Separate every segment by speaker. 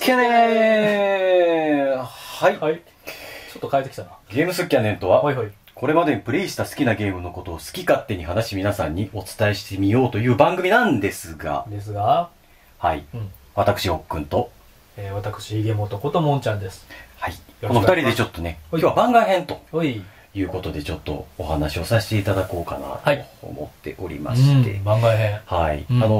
Speaker 1: けねーはい、
Speaker 2: はい。ちょっと変えてきたな。
Speaker 1: ゲームスッキャネンとは、
Speaker 2: はいはい。
Speaker 1: これまでにプレイした好きなゲームのことを好き勝手に話し皆さんにお伝えしてみようという番組なんですが、
Speaker 2: ですが、
Speaker 1: はい。
Speaker 2: うん。
Speaker 1: 私、おっくんと、
Speaker 2: えー、私、ひげもとこともんちゃんです。
Speaker 1: はい。こ
Speaker 2: よろしく
Speaker 1: の
Speaker 2: お
Speaker 1: 二
Speaker 2: 願
Speaker 1: 人
Speaker 2: いします
Speaker 1: でちょっとね、今
Speaker 2: はい
Speaker 1: 日は番外編と
Speaker 2: おい。
Speaker 1: いうことでちょっとお話をさせていただこうかな
Speaker 2: はい
Speaker 1: と思っておりまして、
Speaker 2: うん、番外編。
Speaker 1: はい。
Speaker 2: うん
Speaker 1: あの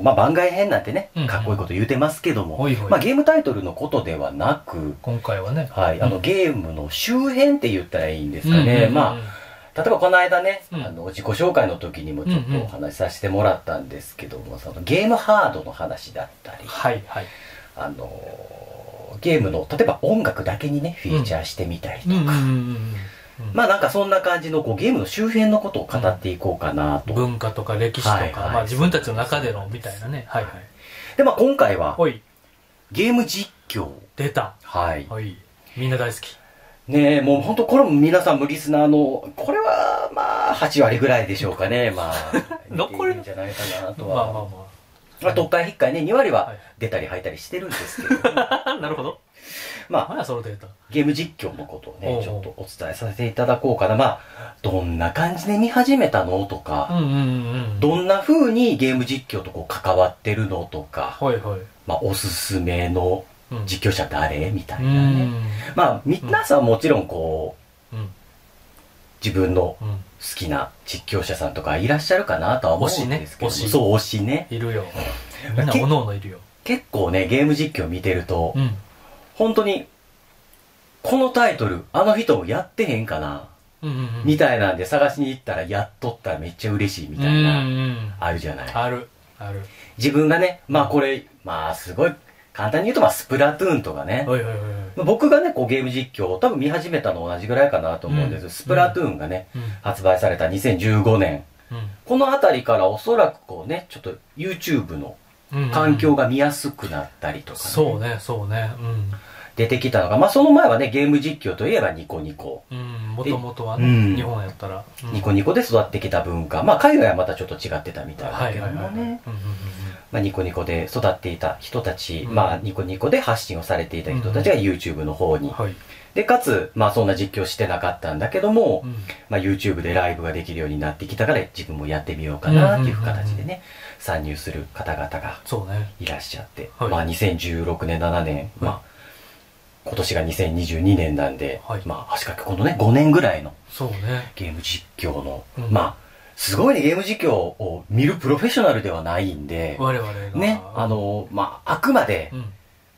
Speaker 1: ーまあ、番外編なんてね
Speaker 2: うん、
Speaker 1: かっこいいこと言うてますけども、
Speaker 2: おいおい。
Speaker 1: まあ、ゲームタイトルのことではなく、
Speaker 2: 今回はね。
Speaker 1: はい、あの、
Speaker 2: うん
Speaker 1: ゲームの周辺って言ったらいいんですかね。まあ、例えばこの間ね、
Speaker 2: うん
Speaker 1: あの、自己紹介の時にもちょっ
Speaker 2: うんう
Speaker 1: と
Speaker 2: ん
Speaker 1: お話しさせてもらったんですけども、そのゲームハードの話だったり
Speaker 2: あ、はいはい。
Speaker 1: あのー、ゲームの、例えば音楽だけにね、フィーチャーしてみたりとか、
Speaker 2: うんうんうん。
Speaker 1: まあなんかそんな感じのこうゲームの周辺のことを語っていこうかなと。
Speaker 2: 文化とか歴史とか、
Speaker 1: はいはい
Speaker 2: まあ自分たちの中でのみたいなね。はいはい。
Speaker 1: で、まあ今回は
Speaker 2: おい、
Speaker 1: ゲーム実況。
Speaker 2: 出た。
Speaker 1: はい。
Speaker 2: おい。みんな大好き。
Speaker 1: ねえ、もう本当これも皆さんもリスナーの、これはまあ8割ぐらいでしょうかね、まあ。
Speaker 2: 残り
Speaker 1: 見ているんじゃないかな
Speaker 2: まあ
Speaker 1: と
Speaker 2: ま
Speaker 1: は。
Speaker 2: あ
Speaker 1: まあ、
Speaker 2: ま
Speaker 1: 特会、引っかいね、2割
Speaker 2: は
Speaker 1: はい出たり入ったりしてるんですけ ど、
Speaker 2: あ。なるほど。
Speaker 1: まあ、
Speaker 2: 何やそのデータ。
Speaker 1: ゲーム実況のことを
Speaker 2: おうお
Speaker 1: ね
Speaker 2: う、
Speaker 1: ちょっとお伝えさせていただこうかな。まあ、どんな感じで見始めたのと
Speaker 2: う
Speaker 1: か、
Speaker 2: んうんうんうん。
Speaker 1: どんな風にゲーム実況とこう関わってるのとか、
Speaker 2: はいはい。
Speaker 1: まあ、おすすめの
Speaker 2: うん。
Speaker 1: 実況者誰みたいうなね。
Speaker 2: ん。
Speaker 1: まあ、皆さんもちろんこう、
Speaker 2: うん。
Speaker 1: 自分の
Speaker 2: うん。
Speaker 1: 好きな実況者さんとかいらっしゃるかなとは思うんですけども
Speaker 2: 推しね推し
Speaker 1: そう推しね
Speaker 2: いる よ。みんな
Speaker 1: け
Speaker 2: おのおのいるよ。
Speaker 1: 結構ねゲーム実況見てると、
Speaker 2: うん。
Speaker 1: 本当にこのタイトルあの人もやってへんかな、
Speaker 2: うんうんうん。
Speaker 1: みたいなんで探しに行ったらやっとったらめっちゃ嬉しいみたいな、
Speaker 2: うんうん
Speaker 1: あるじゃない
Speaker 2: あるある
Speaker 1: 自分がねまあこれまあすごい簡単に言うとまあスプラトゥーンとかね、
Speaker 2: おいおいおいおい
Speaker 1: 僕がねこうゲーム実況を多分見始めたの同じぐらいかなと思うんです、
Speaker 2: うん
Speaker 1: スプラトゥーンがね
Speaker 2: うん
Speaker 1: 発売された2015年この辺りからおそらくこうね、ちょっと YouTube の
Speaker 2: うんうん
Speaker 1: 環境が見やすくなったりとかね、
Speaker 2: そうねそうね
Speaker 1: 出てきたのが、まあその前はね、ゲーム実況といえばニコニコ。
Speaker 2: うんうんもともとは
Speaker 1: うん
Speaker 2: ね日本やったらうん
Speaker 1: ニコニコで育ってきた文化。まあ海外はまたちょっと違ってたみたい
Speaker 2: は
Speaker 1: だ
Speaker 2: い
Speaker 1: けど
Speaker 2: はい
Speaker 1: も
Speaker 2: はいうんうんうん
Speaker 1: ね。まあニコニコで育っていた人たち、
Speaker 2: うん
Speaker 1: まあニコニコで発信をされていた人たちが YouTube の方
Speaker 2: うん
Speaker 1: に。
Speaker 2: はい
Speaker 1: で、かつ、まあそんな実況してなかったんだけども
Speaker 2: う、ん
Speaker 1: まあ YouTube でライブができるようになってきたから自分もやってみようかなっていう形でね、参入する方々が
Speaker 2: そうね
Speaker 1: いらっしゃって、
Speaker 2: はい
Speaker 1: まあ2016年7年、
Speaker 2: うん
Speaker 1: まあ今年が2022年なんで、
Speaker 2: はい
Speaker 1: まあ確かこのね5年ぐらいの
Speaker 2: そうね
Speaker 1: ゲーム実況の、
Speaker 2: うん
Speaker 1: まあすごいねゲーム実況を見るプロフェッショナルではないんで、
Speaker 2: 我々が
Speaker 1: ね、あのまああくまで、
Speaker 2: うん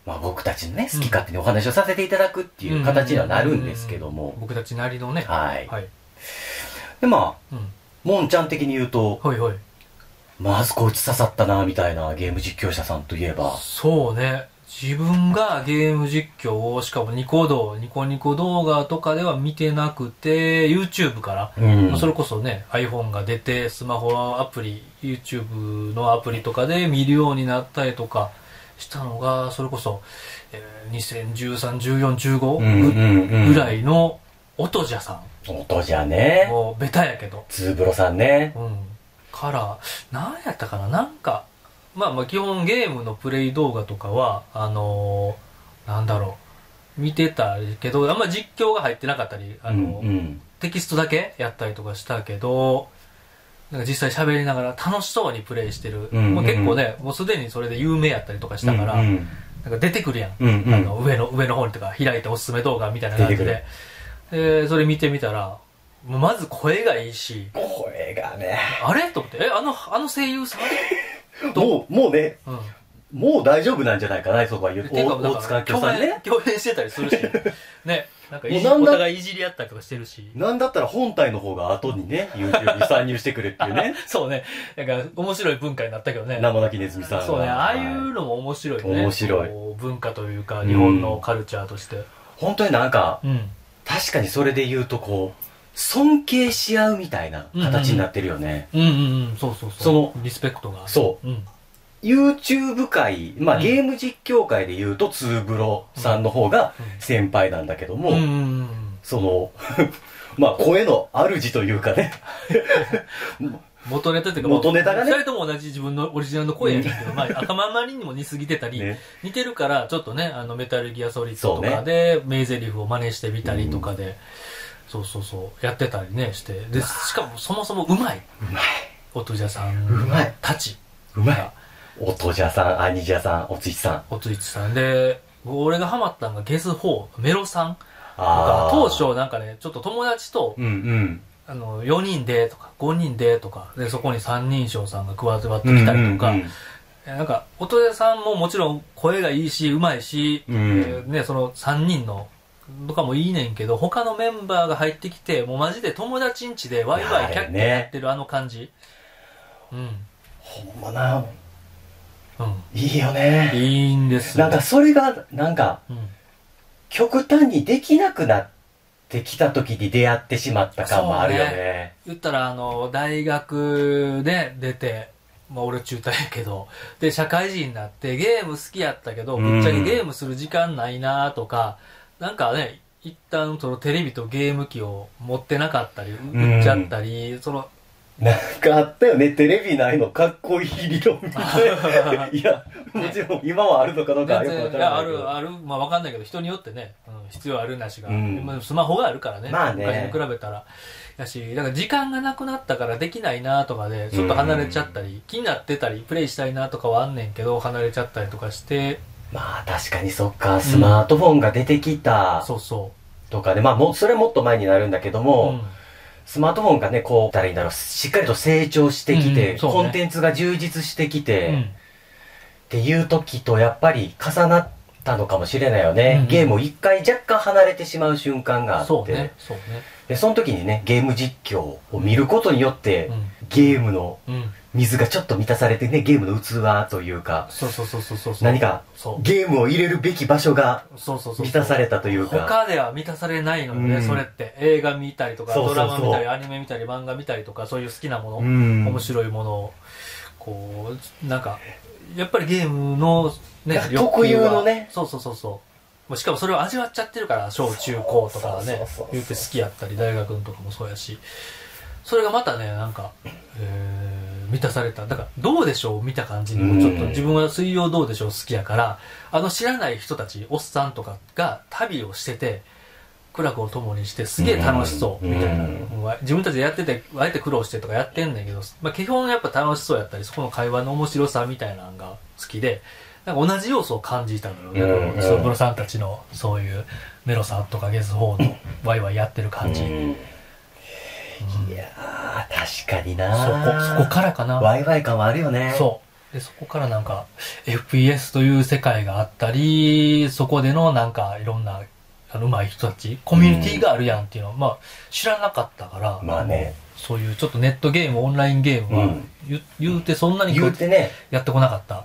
Speaker 1: まあ僕たちのね好き勝手にお話をさせていただくっていう形にはなるんですけど
Speaker 2: うんうんうん
Speaker 1: も、
Speaker 2: 僕たちなりのね
Speaker 1: はい。
Speaker 2: はい
Speaker 1: でまあ
Speaker 2: うん
Speaker 1: もんちゃん的に言うと、
Speaker 2: はいはい
Speaker 1: まずこいつ刺さったなみたいなゲーム実況者さんといえば、
Speaker 2: そうね。自分がゲーム実況を、しかもニコ動、ニコニコ動画とかでは見てなくて、YouTube から、
Speaker 1: うん
Speaker 2: まあそれこそね、iPhone が出て、スマホアプリ、YouTube のアプリとかで見るようになったりとかしたのが、それこそ、えー2013、14、15ぐら
Speaker 1: い。
Speaker 2: いの、音じゃさ
Speaker 1: 音じゃ
Speaker 2: ん。
Speaker 1: ね。
Speaker 2: もう、ベタやけど。
Speaker 1: つぶろさんね。
Speaker 2: うん。から、なんやったかななんか、まあまあ基本ゲームのプレイ動画とかは、あのーなんだろう、見てたけど、あんま実況が入ってなかったり、あのー
Speaker 1: うんうん
Speaker 2: テキストだけやったりとかしたけど、なんか実際喋りながら楽しそうにプレイしてる。
Speaker 1: うんうん
Speaker 2: もう結構ね、もうすでにそれで有名やったりとかしたから、
Speaker 1: うん
Speaker 2: なんか出てくるやん。
Speaker 1: うんうん
Speaker 2: あの上の、上の方にとか開いておすすめ動画みたいな感じ
Speaker 1: 出て
Speaker 2: で。で、それ見てみたら、もうまず声がいいし、
Speaker 1: 声がね。
Speaker 2: あれと思って、え、あの、あの声優さん
Speaker 1: もう、もうね、
Speaker 2: うん。
Speaker 1: もう大丈夫なんじゃないかな、そこは言う。
Speaker 2: てか、
Speaker 1: 大
Speaker 2: なん
Speaker 1: 塚
Speaker 2: か、
Speaker 1: 明夫
Speaker 2: 共
Speaker 1: さん
Speaker 2: 演、
Speaker 1: ね。
Speaker 2: 共演してたりするし、ね、なんかいじ、
Speaker 1: もうなん
Speaker 2: お
Speaker 1: だ
Speaker 2: 互いいじり合ったりとかしてるし、
Speaker 1: なんだったら本体の方が後にね、YouTube に参入してくるっていう ね。
Speaker 2: そうね、なんか、面白い文化になったけどね。
Speaker 1: 生なきネズミさんが
Speaker 2: そうね、ああい
Speaker 1: は
Speaker 2: う
Speaker 1: い
Speaker 2: のも面白いよね。
Speaker 1: 面白い
Speaker 2: こう文化というか、日本のカルチャーとして。
Speaker 1: 本当になんか、
Speaker 2: うん。
Speaker 1: 確かにそれで言うとこう、尊敬し合うみたいな形になってるよね。
Speaker 2: うんうんうん、そうそうそう。
Speaker 1: その、
Speaker 2: リスペクトが。。
Speaker 1: そう
Speaker 2: うん。
Speaker 1: YouTube 界、まあ、
Speaker 2: うん
Speaker 1: ゲーム実況界で言うと、ツーブロさんの方が先輩なんだけども、
Speaker 2: うんうんうん。
Speaker 1: その、まあ、声の主というかね、
Speaker 2: 元ネタっていうか、
Speaker 1: 元ネタがね
Speaker 2: まあ二人とも同じ自分のオリジナルの声やねんけど、まあ、赤ままりにも似すぎてたり、
Speaker 1: ね
Speaker 2: 似てるから、ちょっとね、あの、メタルギアソリッド
Speaker 1: そ
Speaker 2: と
Speaker 1: うね
Speaker 2: かで、名台詞を真似してみたりとかで、そうそうそう、やってたりね、して、で、しかもそもそもうまい、
Speaker 1: うまい
Speaker 2: おとじゃさ
Speaker 1: うんまい
Speaker 2: たち、
Speaker 1: うまいおとじゃさん兄じゃさんおついさん
Speaker 2: おついちさんで、俺がハマったのがゲス4、メロさんと
Speaker 1: ああ、
Speaker 2: か当初なんかね、ちょっと友達と、
Speaker 1: うんうん
Speaker 2: あの、4人でとか、5人でとか、で、そこに三人称さんが加わってきたりとか、
Speaker 1: うんうんうん
Speaker 2: えーなんか、音出さんももちろん声がいいし、うまいし、
Speaker 1: うん
Speaker 2: えーね、その3人の、とかもいいねんけど、他のメンバーが入ってきて、もうマジで友達んちでワイワイキャッキャやってるあの感じ。
Speaker 1: ほんまな
Speaker 2: うん。うん。
Speaker 1: いいよね
Speaker 2: いいんですよ
Speaker 1: なんかそれがなんか
Speaker 2: うん、
Speaker 1: 極端にできなくなってきた時に出会ってしまった感もあるよ
Speaker 2: そう
Speaker 1: ね
Speaker 2: 言ったら、あの、大学で出て、まあ俺中退やけど、で、社会人になってゲーム好きやったけど、
Speaker 1: うん
Speaker 2: ぶっちゃけゲームする時間ないなとか、なんかね、一旦そのテレビとゲーム機を持ってなかったり、
Speaker 1: ん
Speaker 2: 売っちゃったり、その、
Speaker 1: なんかあったよねテレビないのかっこいい理論みたい ないやもちろん今はあるのかどうかは
Speaker 2: 全
Speaker 1: よくわか
Speaker 2: 然、い
Speaker 1: ら
Speaker 2: や、
Speaker 1: な
Speaker 2: あ
Speaker 1: いけど
Speaker 2: る、ある、まあわかんないけど、人によってね、うん、必要あるなしが、
Speaker 1: うん
Speaker 2: まあスマホがあるからね、
Speaker 1: まあね
Speaker 2: 昔に比べたら。やし、だから時間がなくなったからできないなとかで、ちょっと離れちゃったり、気になってたり、プレイしたいなとかはあんねんけど、離れちゃったりとかして、
Speaker 1: まあ確かにそっかスマートフォンが出てきた
Speaker 2: そうそ
Speaker 1: とかで、まあもうそれはもっと前になるんだけど
Speaker 2: う。
Speaker 1: も、
Speaker 2: うん
Speaker 1: スマートフォンがね、こう、誰にだろう、しっかりと成長してき
Speaker 2: うん
Speaker 1: て、
Speaker 2: うんそうね
Speaker 1: コンテンツが充実してきて、
Speaker 2: う
Speaker 1: っ
Speaker 2: ん
Speaker 1: ていう時とやっぱり重なったのかもしれないよね。
Speaker 2: うん
Speaker 1: ゲームを一回若干離れてしまう瞬間があって、
Speaker 2: そうね、そうね。
Speaker 1: で、その時にね、ゲーム実況を見ることによって、
Speaker 2: う
Speaker 1: ゲームの
Speaker 2: ん。うん。
Speaker 1: 水がちょっと満たされてね、ゲームの器というか、
Speaker 2: そうそうそうそうそう。
Speaker 1: 何か
Speaker 2: そう。
Speaker 1: ゲームを入れるべき場所が
Speaker 2: そうそうそう。
Speaker 1: 満たされたというか、
Speaker 2: 他では満たされないのよね、
Speaker 1: うん
Speaker 2: それって。映画見たりとか、
Speaker 1: そうそ
Speaker 2: ド
Speaker 1: うそう
Speaker 2: ラマ見たり、アニメ見たり、漫画見たりとか、そういう好きなもの、
Speaker 1: うん
Speaker 2: 面白いものを、こう、なんか、やっぱりゲームの、ね
Speaker 1: が、
Speaker 2: 欲求は
Speaker 1: 特有のね
Speaker 2: そうそうそうそう。もうしかもそれを味わっちゃってるから、小中高とか
Speaker 1: そうそう
Speaker 2: ね
Speaker 1: そうそう、
Speaker 2: 言って好きやったり、大学のとかもそうやし、それがまたね、なんか、えー満たされた。だから、どうでしょう見た感じにも、ちょっと
Speaker 1: うん
Speaker 2: 自分は水曜どうでしょう好きやから、あの知らない人たち、おっさんとかが旅をしてて、苦楽を共にしてすげえ楽しそう、みたい
Speaker 1: う
Speaker 2: な。
Speaker 1: ん
Speaker 2: もう自分たちでやってて、あえて苦労してとかやってんねんけど、まあ、基本やっぱ楽しそうやったり、そこの会話の面白さみたいなのが好きで、なんか同じ要素を感じたのよね。
Speaker 1: うんうん
Speaker 2: この磯村さんたちの、そういう、メロさんとかゲスホーのワイワイやってる感じ。
Speaker 1: う
Speaker 2: そ
Speaker 1: んいやー、確かにな
Speaker 2: こ、そこからかな。
Speaker 1: ワイワイ感はあるよね。
Speaker 2: そう。で、そこからなんか、FPS という世界があったり、そこでのなんかいろんな、あの、うまい人たち、コミュニティがあるやんっていうのは、まあ、知らなかったから、
Speaker 1: まあね、
Speaker 2: そういうちょっとネットゲーム、オンラインゲームは、
Speaker 1: うん
Speaker 2: 言言うてそんなに
Speaker 1: 言うてね、
Speaker 2: やってこなかった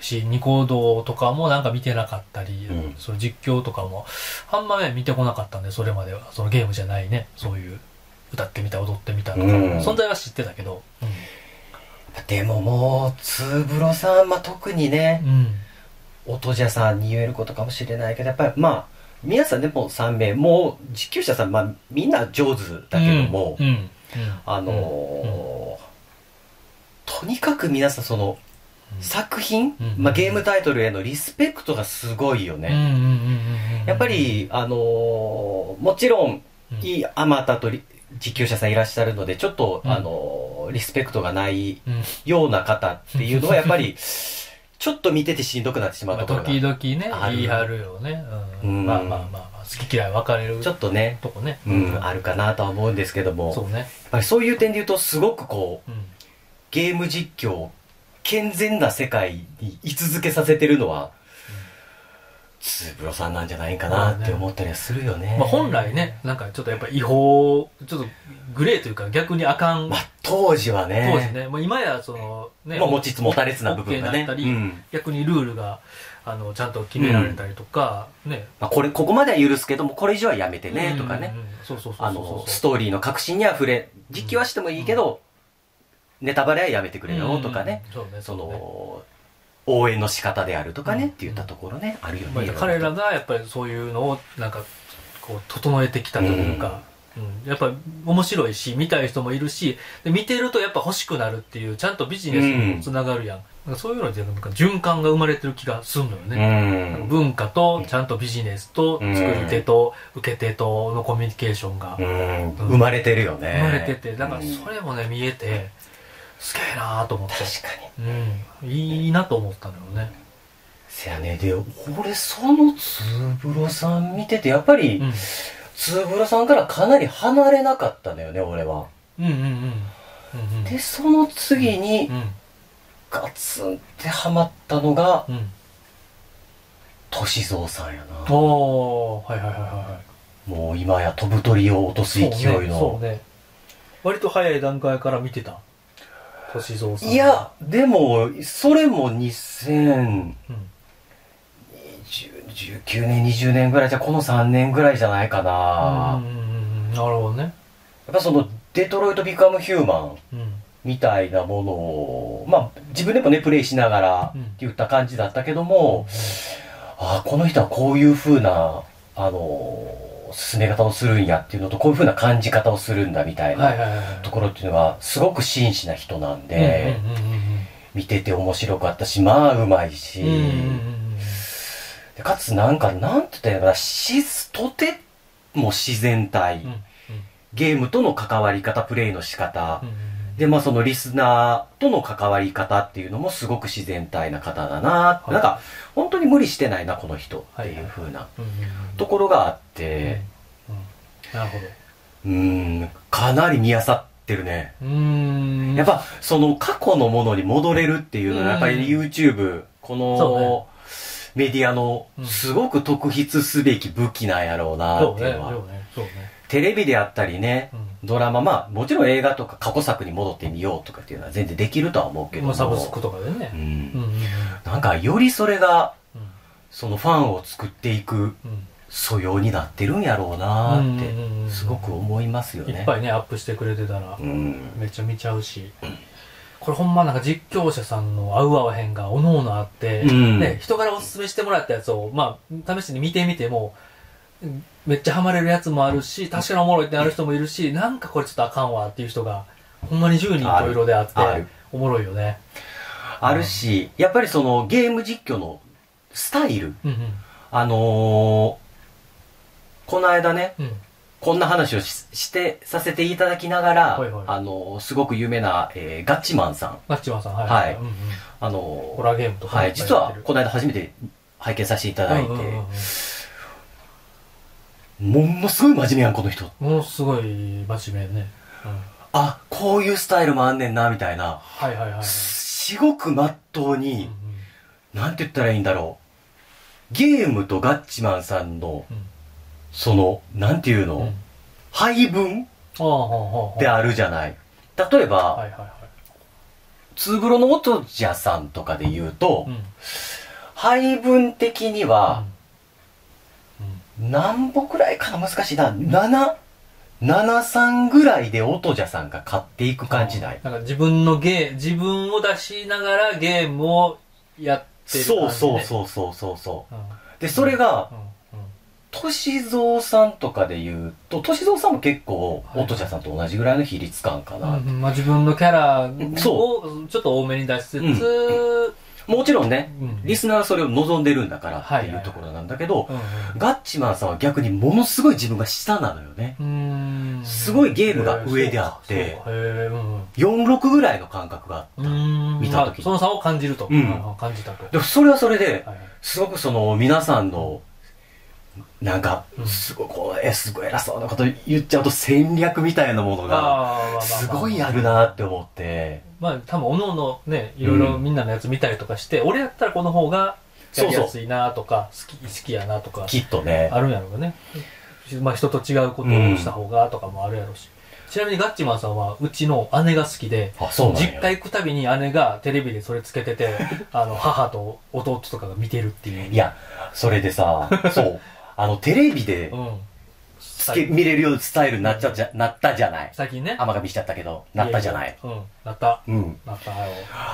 Speaker 2: し、ニコ動とかもなんか見てなかったり、
Speaker 1: うん
Speaker 2: その実況とかも、あんまね、見てこなかったんで、それまでは。そのゲームじゃないね、そういう、歌ってみた、踊ってみたとか、
Speaker 1: うん
Speaker 2: 存在は知ってたけど、
Speaker 1: でももう、ツーブロさん、まあ、特にね
Speaker 2: う、ん。
Speaker 1: 音じゃさんに言えることかもしれないけど、やっぱりまあ、皆さんでも3名、もう実況者さん、まあ、みんな上手だけども、
Speaker 2: うん、うんうん
Speaker 1: あのーとにかく皆さん、その、
Speaker 2: うん
Speaker 1: 作品、
Speaker 2: うん
Speaker 1: まあ、ゲームタイトルへのリスペクトがすごいよ
Speaker 2: うん
Speaker 1: ね。
Speaker 2: うんうんうんうん
Speaker 1: やっぱり、あのーもちろん、
Speaker 2: うん
Speaker 1: いいあまたとり実況者さんいらっしゃるので、ちょっと、
Speaker 2: うん
Speaker 1: あのーリスペクトがない
Speaker 2: うん
Speaker 1: ような方っていうのはやっぱ り、ちょっと見ててしんどくなってしま
Speaker 2: ま
Speaker 1: う
Speaker 2: あ
Speaker 1: ところが。
Speaker 2: 時々ね
Speaker 1: ある
Speaker 2: 言い張るよね、う
Speaker 1: うんん
Speaker 2: まあまあまあ、まあ、好き嫌い分かれる
Speaker 1: ちょっとね、
Speaker 2: とこね
Speaker 1: うん、あるかなとは思うんですけども、
Speaker 2: そうね、
Speaker 1: やっぱりそういう点で言うと、すごくこう、
Speaker 2: うん、
Speaker 1: ゲーム実況、健全な世界に居続けさせてるのは、つぶろさんなんじゃないかなって思ったりはするよね。
Speaker 2: まあ、本来ねなんかちょっとやっぱ違法ちょっとグレーというか逆にあかん
Speaker 1: まあ、当時は
Speaker 2: 当
Speaker 1: ね、
Speaker 2: 時ね、まあ、今やそのね
Speaker 1: まあ、持ちつ持たれつな部分が
Speaker 2: OK にな
Speaker 1: ね
Speaker 2: っ。たり
Speaker 1: うん
Speaker 2: 逆にルールがあのちゃんと決められたりとか、ね
Speaker 1: まあ、これ、ここまでは許すけども、これ以上はやめてね、とか
Speaker 2: う
Speaker 1: ね
Speaker 2: ん。うんうんそうそうそうそう
Speaker 1: あの、ストーリーの核心には触れ、実況はしてもいいけど、ネタバレはやめてくれよ、とかね。
Speaker 2: うんうんうんそうね
Speaker 1: そ
Speaker 2: そうね
Speaker 1: の、応援の仕方であるとかね、
Speaker 2: うん
Speaker 1: って言ったところね、あるよ
Speaker 2: まあ
Speaker 1: ね。、
Speaker 2: 彼らがやっぱりそういうのをなんかこう整えてきたというか、うん、やっぱ面白いし見たい人もいるしで見てるとやっぱ欲しくなるっていうちゃんとビジネスにもつながるやん、なんかそういうのでなんか循環が生まれてる気がするのよ
Speaker 1: う
Speaker 2: ね、なんか
Speaker 1: ん。
Speaker 2: 文化とちゃんとビジネスと
Speaker 1: うん
Speaker 2: 作り手と受け手とのコミュニケーションが
Speaker 1: うん。生まれてるよね。
Speaker 2: 生まれててだからそ
Speaker 1: うん
Speaker 2: れもね見えてすげえなーと思って、
Speaker 1: 確かに。
Speaker 2: うん、いいなと思ったのよね、
Speaker 1: せやね。で、俺、そのつぶろさん見てて、やっぱり、
Speaker 2: う
Speaker 1: つぶろさんからかなり離れなかったのよね、俺は。
Speaker 2: ん、うんうんうんうんうん
Speaker 1: で、その次に
Speaker 2: う、ん
Speaker 1: ガツンってハマったのが、
Speaker 2: うん
Speaker 1: としぞうさんやな。
Speaker 2: おーはいはいはいはいはい
Speaker 1: もう今や飛ぶ鳥を落とす勢い
Speaker 2: そうねそ
Speaker 1: の
Speaker 2: う。ね割と早い段階から見てた歳三さん
Speaker 1: いや、でも、それも2000、
Speaker 2: うん
Speaker 1: 10 19年、20年ぐらいじゃ、この3年ぐらいじゃないかな。
Speaker 2: うんうんうんうんなるほどね
Speaker 1: やっぱその、デトロイト・ビカム・ヒューマン
Speaker 2: うん
Speaker 1: みたいなものを、まあ、自分でもね、プレイしながら
Speaker 2: うん
Speaker 1: って言った感じだったけども、ああ、この人はこういう風な、あのー、進め方をするんやっていうのと、こういう風な感じ方をするんだみたい
Speaker 2: はいはい
Speaker 1: な
Speaker 2: はいはい
Speaker 1: ところっていうのは、すごく真摯な人なんで、
Speaker 2: うんうん
Speaker 1: 見てて面白かったし、まあ、うまいし、
Speaker 2: うんうんうんうんうん
Speaker 1: でかつなんか、なんて言ったらいいのかな、し、とても自然体、
Speaker 2: うんうん
Speaker 1: ゲームとの関わり方、プレイの仕方
Speaker 2: うんう、ん
Speaker 1: で、まあそのリスナーとの関わり方っていうのもすごく自然体な方だなって、
Speaker 2: はい
Speaker 1: なんか、本当に無理してないな、この人っていう風な
Speaker 2: うんうんうん
Speaker 1: ところがあって、
Speaker 2: うんなるほど
Speaker 1: うーん、かなり見あさってるね。
Speaker 2: うーん
Speaker 1: やっぱ、その過去のものに戻れるっていうのは、やっぱり
Speaker 2: う
Speaker 1: YouTube、こ
Speaker 2: そう
Speaker 1: の
Speaker 2: ね
Speaker 1: メディアの
Speaker 2: うん
Speaker 1: すごく特筆すべき武器なんやろうな
Speaker 2: そ
Speaker 1: っ
Speaker 2: う
Speaker 1: てい
Speaker 2: ね
Speaker 1: うの
Speaker 2: そ
Speaker 1: は
Speaker 2: う。ねそうね
Speaker 1: テレビであったりね
Speaker 2: う、ん
Speaker 1: ドラマ、まあもちろん映画とか過去作に戻ってみようとかっていうのは全然できるとは思うけど
Speaker 2: ま
Speaker 1: も。
Speaker 2: あサブスクとかで
Speaker 1: う
Speaker 2: ね
Speaker 1: ん
Speaker 2: うんうんうん
Speaker 1: なんかよりそれが
Speaker 2: うん
Speaker 1: そのファンを作っていく
Speaker 2: うん
Speaker 1: 素養になってるんやろうなー
Speaker 2: うんうんうん
Speaker 1: っ
Speaker 2: うん
Speaker 1: てすごく思いますよね。
Speaker 2: いっぱいねアップしてくれてたら
Speaker 1: うん
Speaker 2: めっちゃ見ちゃうし、これほんまなんか実況者さんの合う合わへんがおのおのあって、
Speaker 1: うん
Speaker 2: ね、人からおすすめしてもらったやつを、まあ、試しに見てみても、うんめっちゃハマれるやつもあるし、確かにおもろいってなる人もいるし、なんかこれちょっとあかんわっていう人が、ほんまに10人いろいろであって
Speaker 1: あるある、
Speaker 2: おもろいよね。
Speaker 1: あるし、やっぱりそのゲーム実況のスタイル、
Speaker 2: うん
Speaker 1: あのー、この間ね、
Speaker 2: うん。うん。
Speaker 1: こんな話をしして、させていただきながら、
Speaker 2: はいはい
Speaker 1: あのー、すごく有名な、えーガッチマンさん、
Speaker 2: マッチマンさん、はい。
Speaker 1: はい
Speaker 2: うんうん、
Speaker 1: あの
Speaker 2: ホ
Speaker 1: ー、
Speaker 2: ラーゲームとか。
Speaker 1: はい、実はこの間初めて拝見させていた
Speaker 2: やっ
Speaker 1: だ
Speaker 2: て
Speaker 1: い
Speaker 2: る、
Speaker 1: て、
Speaker 2: うんうんうん
Speaker 1: ものすごい真面目やん、この人。
Speaker 2: うんものすごい真面目ね。うん。
Speaker 1: あ、こういうスタイルもあんねんな、みたいな。
Speaker 2: はいはいはいはい。
Speaker 1: すごくまっとう
Speaker 2: うんう
Speaker 1: に
Speaker 2: ん、
Speaker 1: なんて言ったらいいんだろう。ゲームとガッチマンさんの、
Speaker 2: うん
Speaker 1: その、なんていうの、
Speaker 2: うん
Speaker 1: 配分
Speaker 2: ああは
Speaker 1: で
Speaker 2: あは
Speaker 1: あるじゃない。例え
Speaker 2: あは
Speaker 1: ば、
Speaker 2: いはいはい。
Speaker 1: ツーブロの音じゃさんとかで言うと、
Speaker 2: うん
Speaker 1: 配分的には、何歩くらいかな難しいな。7、7、3ぐらいで音じゃさんが買っていく感じない。
Speaker 2: なんか自分のゲー、自分を出しながらゲームをやってる
Speaker 1: そうそう
Speaker 2: う。
Speaker 1: そうそうそうそう。
Speaker 2: うんうん
Speaker 1: で、それが、
Speaker 2: うん
Speaker 1: としぞうさんとかで言うと、としぞうさんも結構、
Speaker 2: はい
Speaker 1: 音茶さんと同じぐらいの比率感かな。
Speaker 2: うんうんまあ、自分のキャラ
Speaker 1: そ
Speaker 2: をちょっと多めに出しつつ、
Speaker 1: うんもちろんね、
Speaker 2: うん
Speaker 1: リスナーはそれを望んでるんだから
Speaker 2: はい
Speaker 1: っていうところなんだけど、
Speaker 2: うん
Speaker 1: ガッチマンさんは逆にものすごい自分が下なのよね。
Speaker 2: うんうん
Speaker 1: すごいゲームが上であって
Speaker 2: へえそうへえうんうん
Speaker 1: 46ぐらいの感覚があった。
Speaker 2: うん
Speaker 1: 見た時
Speaker 2: まあその差を感じると、
Speaker 1: うん
Speaker 2: あ感じたと、
Speaker 1: でもそれはそれで、
Speaker 2: はいはい
Speaker 1: すごくその皆さんの、なんか
Speaker 2: う、ん
Speaker 1: すごいこう、え、すごい偉そうなこと言っちゃうと戦略みたいなものが、
Speaker 2: あーまあまあまあ
Speaker 1: すごいあるなって思って。
Speaker 2: まあ多分おののねいろいろみんなのやつ見たりとかして、俺やったらこの方がやりやすいなとか好き好きやなとか
Speaker 1: きっとね。
Speaker 2: あるんやろうね、まあ、人と違うことをした方がとかもあるやろうし、ちなみにガッチマンさんはうちの姉が好きで
Speaker 1: あ、そうなんや
Speaker 2: 実家行くたびに姉がテレビでそれつけ ててあの母と弟とかが見てるっていう
Speaker 1: いや、それで さ、そう、あの、テレビで
Speaker 2: うん
Speaker 1: つけ、見れるようなスタイルになっちゃ、じゃ、なったじゃない。
Speaker 2: 最近ね
Speaker 1: 甘噛みしちゃったけど、なったじゃない。
Speaker 2: うんなった
Speaker 1: うん。
Speaker 2: なったよ、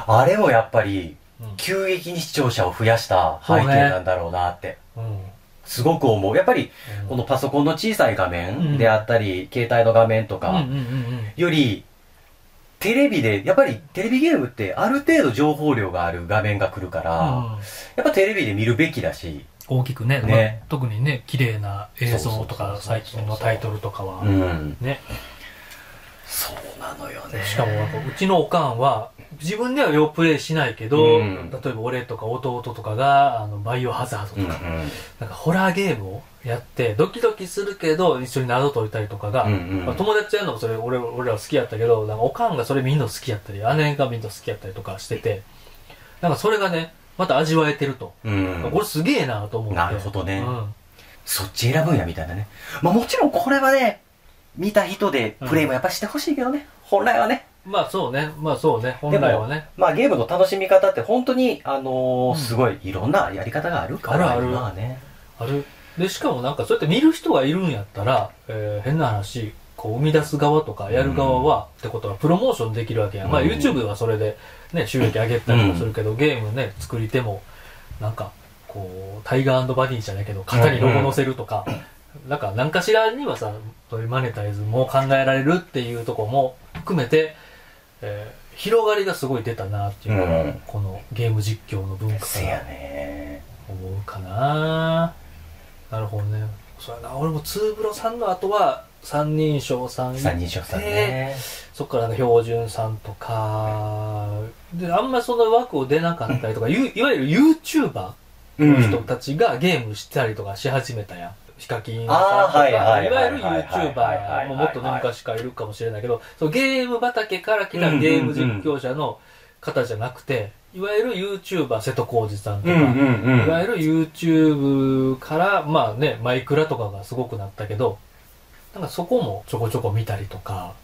Speaker 1: あれもやっぱり、
Speaker 2: うん
Speaker 1: 急激に視聴者を増やした背景なんだろうなって。
Speaker 2: うん、
Speaker 1: すごく思う。やっぱり、
Speaker 2: うん
Speaker 1: このパソコンの小さい画
Speaker 2: うん
Speaker 1: 面であったり、携帯の画面と
Speaker 2: うんう
Speaker 1: か
Speaker 2: ん、うん
Speaker 1: より、テレビで、やっぱりテレビゲームってある程度情報量がある画面が来るから、
Speaker 2: うん
Speaker 1: やっぱテレビで見るべきだし、
Speaker 2: 大きくね
Speaker 1: ね
Speaker 2: まあ特にね綺麗な映像
Speaker 1: そうそうそ
Speaker 2: とか
Speaker 1: うそう
Speaker 2: 最近のタイトルとかは、
Speaker 1: うん。
Speaker 2: ね、
Speaker 1: そうなのよね。
Speaker 2: しかもなんかうちのおかんは自分ではようプレイしないけど、
Speaker 1: うん
Speaker 2: 例えば俺とか弟とかがあのバイオハザード
Speaker 1: うんう
Speaker 2: と
Speaker 1: ん
Speaker 2: か、なんかホラーゲームをやってドキドキするけど一緒に謎解いたりとかが、
Speaker 1: うんうん
Speaker 2: まあ友達とやるのもそれ俺俺ら好きやったけどなんかおかんがそれ見んの好きやったり姉が見んの好きやったりとかしててなんかそれがねまた味わえてると、
Speaker 1: うん
Speaker 2: これすげえなと思って
Speaker 1: なるほどね
Speaker 2: うん
Speaker 1: そっち選ぶんやみたいなね。まあもちろんこれはね、見た人でプレイもやっぱしてほしいけどね、本来はね。
Speaker 2: まあそうねまあそうね本来はね
Speaker 1: まあゲームの楽しみ方って本当に、あのー
Speaker 2: うん
Speaker 1: すごいいろんなやり方があるから、
Speaker 2: あるある
Speaker 1: 今はね。
Speaker 2: あるでしかもなんかそうやって見る人がいるんやったら、えー変な話こう生み出す側とかやる側は、ってことはプロモーションできるわけや、まあ
Speaker 1: うん
Speaker 2: YouTube はそれで、ね、収益上げたりもするけど、ゲームね作り手もなんかこうタイガーバディじゃないけど肩にロゴ乗せるとか、なんか何かしらにはさそういうマネタイズも考えられるっていうとこも含めて、えー広がりがすごい出たなっていうのが、
Speaker 1: うん
Speaker 2: このゲーム実況の文化か
Speaker 1: せ
Speaker 2: ら
Speaker 1: やね。
Speaker 2: 思うかななるほどねそやな俺もツーブロさんの後は三人称さん
Speaker 1: 三人称さんね。
Speaker 2: そっからなんか標準さんとかであんまその枠を出なかったりとかゆいわゆる YouTuber
Speaker 1: う
Speaker 2: の人たちがゲームしたりとかし始めたやんヒカキンさんと
Speaker 1: あー
Speaker 2: か
Speaker 1: はいいはいは
Speaker 2: わ
Speaker 1: い
Speaker 2: ゆる
Speaker 1: はいはい
Speaker 2: YouTuber やもうもっとね昔からいるかもしれないけどそのゲーム畑から来た
Speaker 1: うんうんうん
Speaker 2: ゲーム実況者の方じゃなくていわゆる YouTuber 瀬戸康史さんと
Speaker 1: う
Speaker 2: か、
Speaker 1: んうんう
Speaker 2: いわゆ
Speaker 1: ん。
Speaker 2: る YouTube から、まあね、マイクラとかがすごくなったけど、なんかそこもちょこちょこ見たりとか、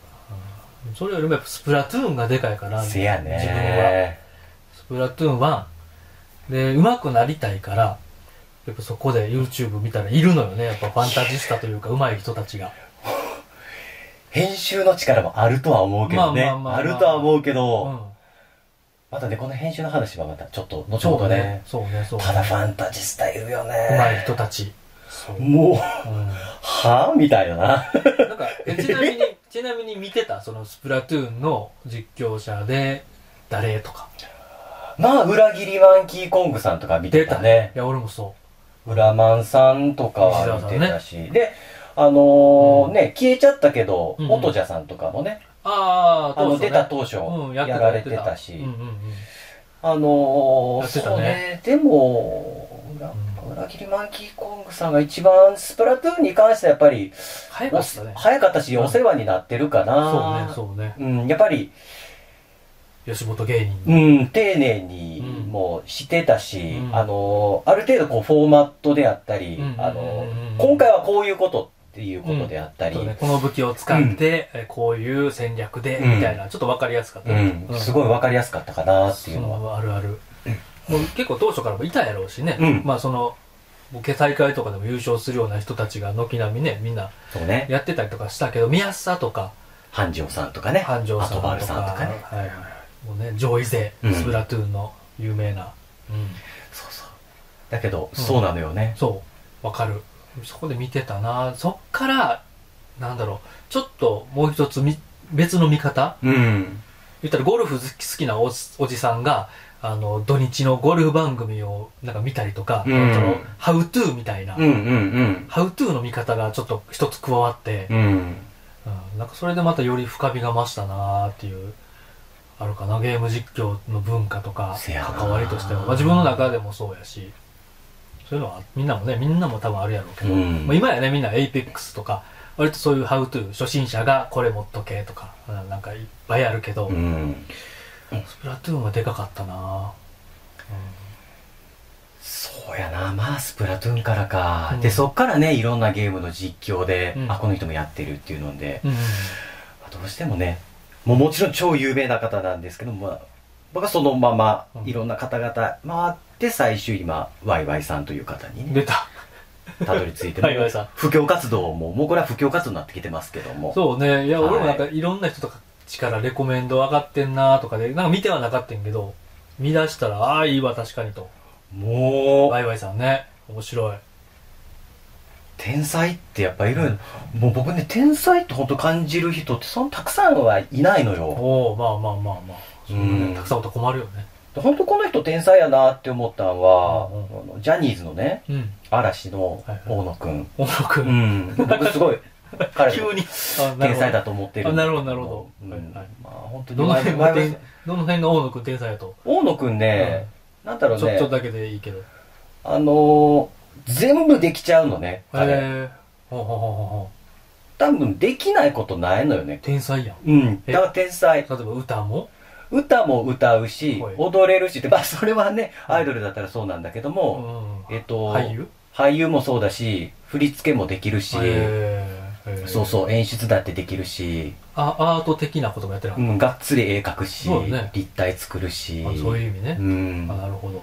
Speaker 2: うんそれよりもやっぱスプラトゥーンがでかいから、
Speaker 1: せや
Speaker 2: 自分は。
Speaker 1: ね。
Speaker 2: スプラトゥーンは、で、上手くなりたいから、やっぱそこで YouTube 見たらいるのよね、やっぱファンタジスタというか上手い人たちが。
Speaker 1: 編集の力もあるとは思うけどね。
Speaker 2: まあまあまあまあ
Speaker 1: あるとは思うけど、
Speaker 2: うん。
Speaker 1: またね、この編集の話はまたちょっと後
Speaker 2: そ
Speaker 1: ほ
Speaker 2: う
Speaker 1: ど
Speaker 2: ね
Speaker 1: ね。。
Speaker 2: そうね、そうね。
Speaker 1: ただファンタジスタいるよね。
Speaker 2: 上手い人たち。そう。うん
Speaker 1: もう、はぁみたいなな。
Speaker 2: なんか、えちなみに、 ちなみに見てた、そのスプラトゥーンの実況者で、誰とか。
Speaker 1: まあ、裏切りマンキーコングさんとか見てたね
Speaker 2: い。や、俺もそ
Speaker 1: 裏マンさんとかは見てたし。で、あのー
Speaker 2: うん
Speaker 1: ね、消えちゃったけど、
Speaker 2: うんうん
Speaker 1: 音じゃさんとかもね、
Speaker 2: う。ああ、
Speaker 1: あの、
Speaker 2: 当初ね
Speaker 1: 出た当初、
Speaker 2: うん、
Speaker 1: や
Speaker 2: って
Speaker 1: られてたし、
Speaker 2: うんうんうん。
Speaker 1: あのー、
Speaker 2: やってたね
Speaker 1: そうね、でも、裏裏切りマンキーコングさんが一番スプラトゥーンに関してはやっぱり、
Speaker 2: 早かったね。
Speaker 1: 早かったし、
Speaker 2: うん
Speaker 1: お世話になってるかな。
Speaker 2: そうね、そうね。
Speaker 1: うん、やっぱり、
Speaker 2: 吉本芸人。
Speaker 1: うん、丁寧に
Speaker 2: うん
Speaker 1: もうしてたし、
Speaker 2: うん
Speaker 1: あの、ある程度こうフォーマットであったり、
Speaker 2: うん
Speaker 1: あ
Speaker 2: う
Speaker 1: の
Speaker 2: んうんうん、
Speaker 1: 今回はこういうことっていうことであったり、
Speaker 2: そううんね、この武器を使って、えこういう戦略で、
Speaker 1: うん
Speaker 2: みたいな、ちょっとわかりやすかったね。
Speaker 1: すごいわかりやすかったかなっていうのは。
Speaker 2: そうあるある、もう結構当初からもいたやろうしね、
Speaker 1: うん
Speaker 2: まあそのボケ大会とかでも優勝するような人たちが軒並みねみんな
Speaker 1: そうね。
Speaker 2: やってたりとかしたけど宮下とか
Speaker 1: 繁盛さんとかね。
Speaker 2: 繁盛さんとか
Speaker 1: 後丸さんとかね。
Speaker 2: はいはい、もうね上位勢、
Speaker 1: うん
Speaker 2: スプラトゥーンの有名な、うん、
Speaker 1: そうそう。だけど、
Speaker 2: うん
Speaker 1: そうなのよね。
Speaker 2: そうわかるそこで見てたなそっからなんだろうちょっともう一つみ別の見方
Speaker 1: うん。
Speaker 2: 言ったらゴルフ好き好きなおじおじさんがあの土日のゴルフ番組をなんか見たりとか、
Speaker 1: うん
Speaker 2: そのハウトゥーみたいな、
Speaker 1: うんうん
Speaker 2: ハウトゥーの見方がちょっと一つ加わって
Speaker 1: うん。う、ん。
Speaker 2: うんなんかそれでまたより深みが増したなーっていうあるかなゲーム実況の文化とか
Speaker 1: せやな
Speaker 2: 関わりとしては、まあ、自分の中でもそうやしそういうのはみんなもねみんなも多分あるやろうけど、
Speaker 1: うん
Speaker 2: まあ、今やねみんなエイペックスとか割とそういうハウトゥー初心者がこれ持っとけとかうんなんかいっぱいあるけど、
Speaker 1: うん。
Speaker 2: スプラトゥーンはでかかったな
Speaker 1: そうやな。まあ、スプラトゥーンからか。
Speaker 2: うん
Speaker 1: で、そっからね、いろんなゲームの実況で、
Speaker 2: うん
Speaker 1: あ、この人もやってるっていうので、
Speaker 2: うん、
Speaker 1: まあどうしてもねもうもちろん超有名な方なんですけど、まあ、僕はそのまま
Speaker 2: うん
Speaker 1: いろんな方々回って最終今ワイワイさんという方にね
Speaker 2: 出た
Speaker 1: たどり 着いて
Speaker 2: ワイワイさん
Speaker 1: 布教活動ももうこれは布教活動になってきてますけども
Speaker 2: そうねいや
Speaker 1: はい
Speaker 2: 俺もなんかいろんな人とかからレコメンド上がってんなとかでなんか見てはなかったんやけど見出したらああいいわ確かにと
Speaker 1: も
Speaker 2: ワイワイさんね面白い
Speaker 1: 天才ってやっぱいるんもう僕ね天才って本当感じる人ってそんなたくさんはいないのよ
Speaker 2: おおまあまあまあまあそんな
Speaker 1: うん
Speaker 2: ねたくさんおったら困るよね
Speaker 1: 本当この人天才やなって思ったのは、
Speaker 2: う
Speaker 1: あのジャニーズのね
Speaker 2: うん
Speaker 1: 嵐の大野く ん、
Speaker 2: 小野
Speaker 1: う
Speaker 2: 君
Speaker 1: ん僕すごい彼
Speaker 2: 急に
Speaker 1: 天才だ
Speaker 2: と
Speaker 1: と思ってる
Speaker 2: あなるほどなるほど
Speaker 1: うん
Speaker 2: はいはい
Speaker 1: まあ本当に
Speaker 2: どの 辺が
Speaker 1: 前々
Speaker 2: 天どの辺が大野君天才やと
Speaker 1: 大野くんね、なんだろう
Speaker 2: ちょっ
Speaker 1: ね
Speaker 2: とだけでいいけどへ
Speaker 1: あのー全部できちゃうのね彼、
Speaker 2: えほうほうほうほうほう
Speaker 1: 多分できないことないのよね
Speaker 2: 天才やん
Speaker 1: うん
Speaker 2: え
Speaker 1: だから天才
Speaker 2: 例えば歌も
Speaker 1: 歌も歌うし、
Speaker 2: はい
Speaker 1: 踊れるしでまあそれはねアイドルだったらそうなんだけど
Speaker 2: う
Speaker 1: も、
Speaker 2: ん
Speaker 1: えっと
Speaker 2: 俳優
Speaker 1: 俳優もそうだし振り付けもできるし、
Speaker 2: へえへえ
Speaker 1: そうそう演出だってできるし、
Speaker 2: あアート的なこともやってる
Speaker 1: うん、がっつり絵描くし、
Speaker 2: そうだね
Speaker 1: 立体作るし
Speaker 2: あそういう意味ね
Speaker 1: う、
Speaker 2: あ
Speaker 1: ん
Speaker 2: なるほど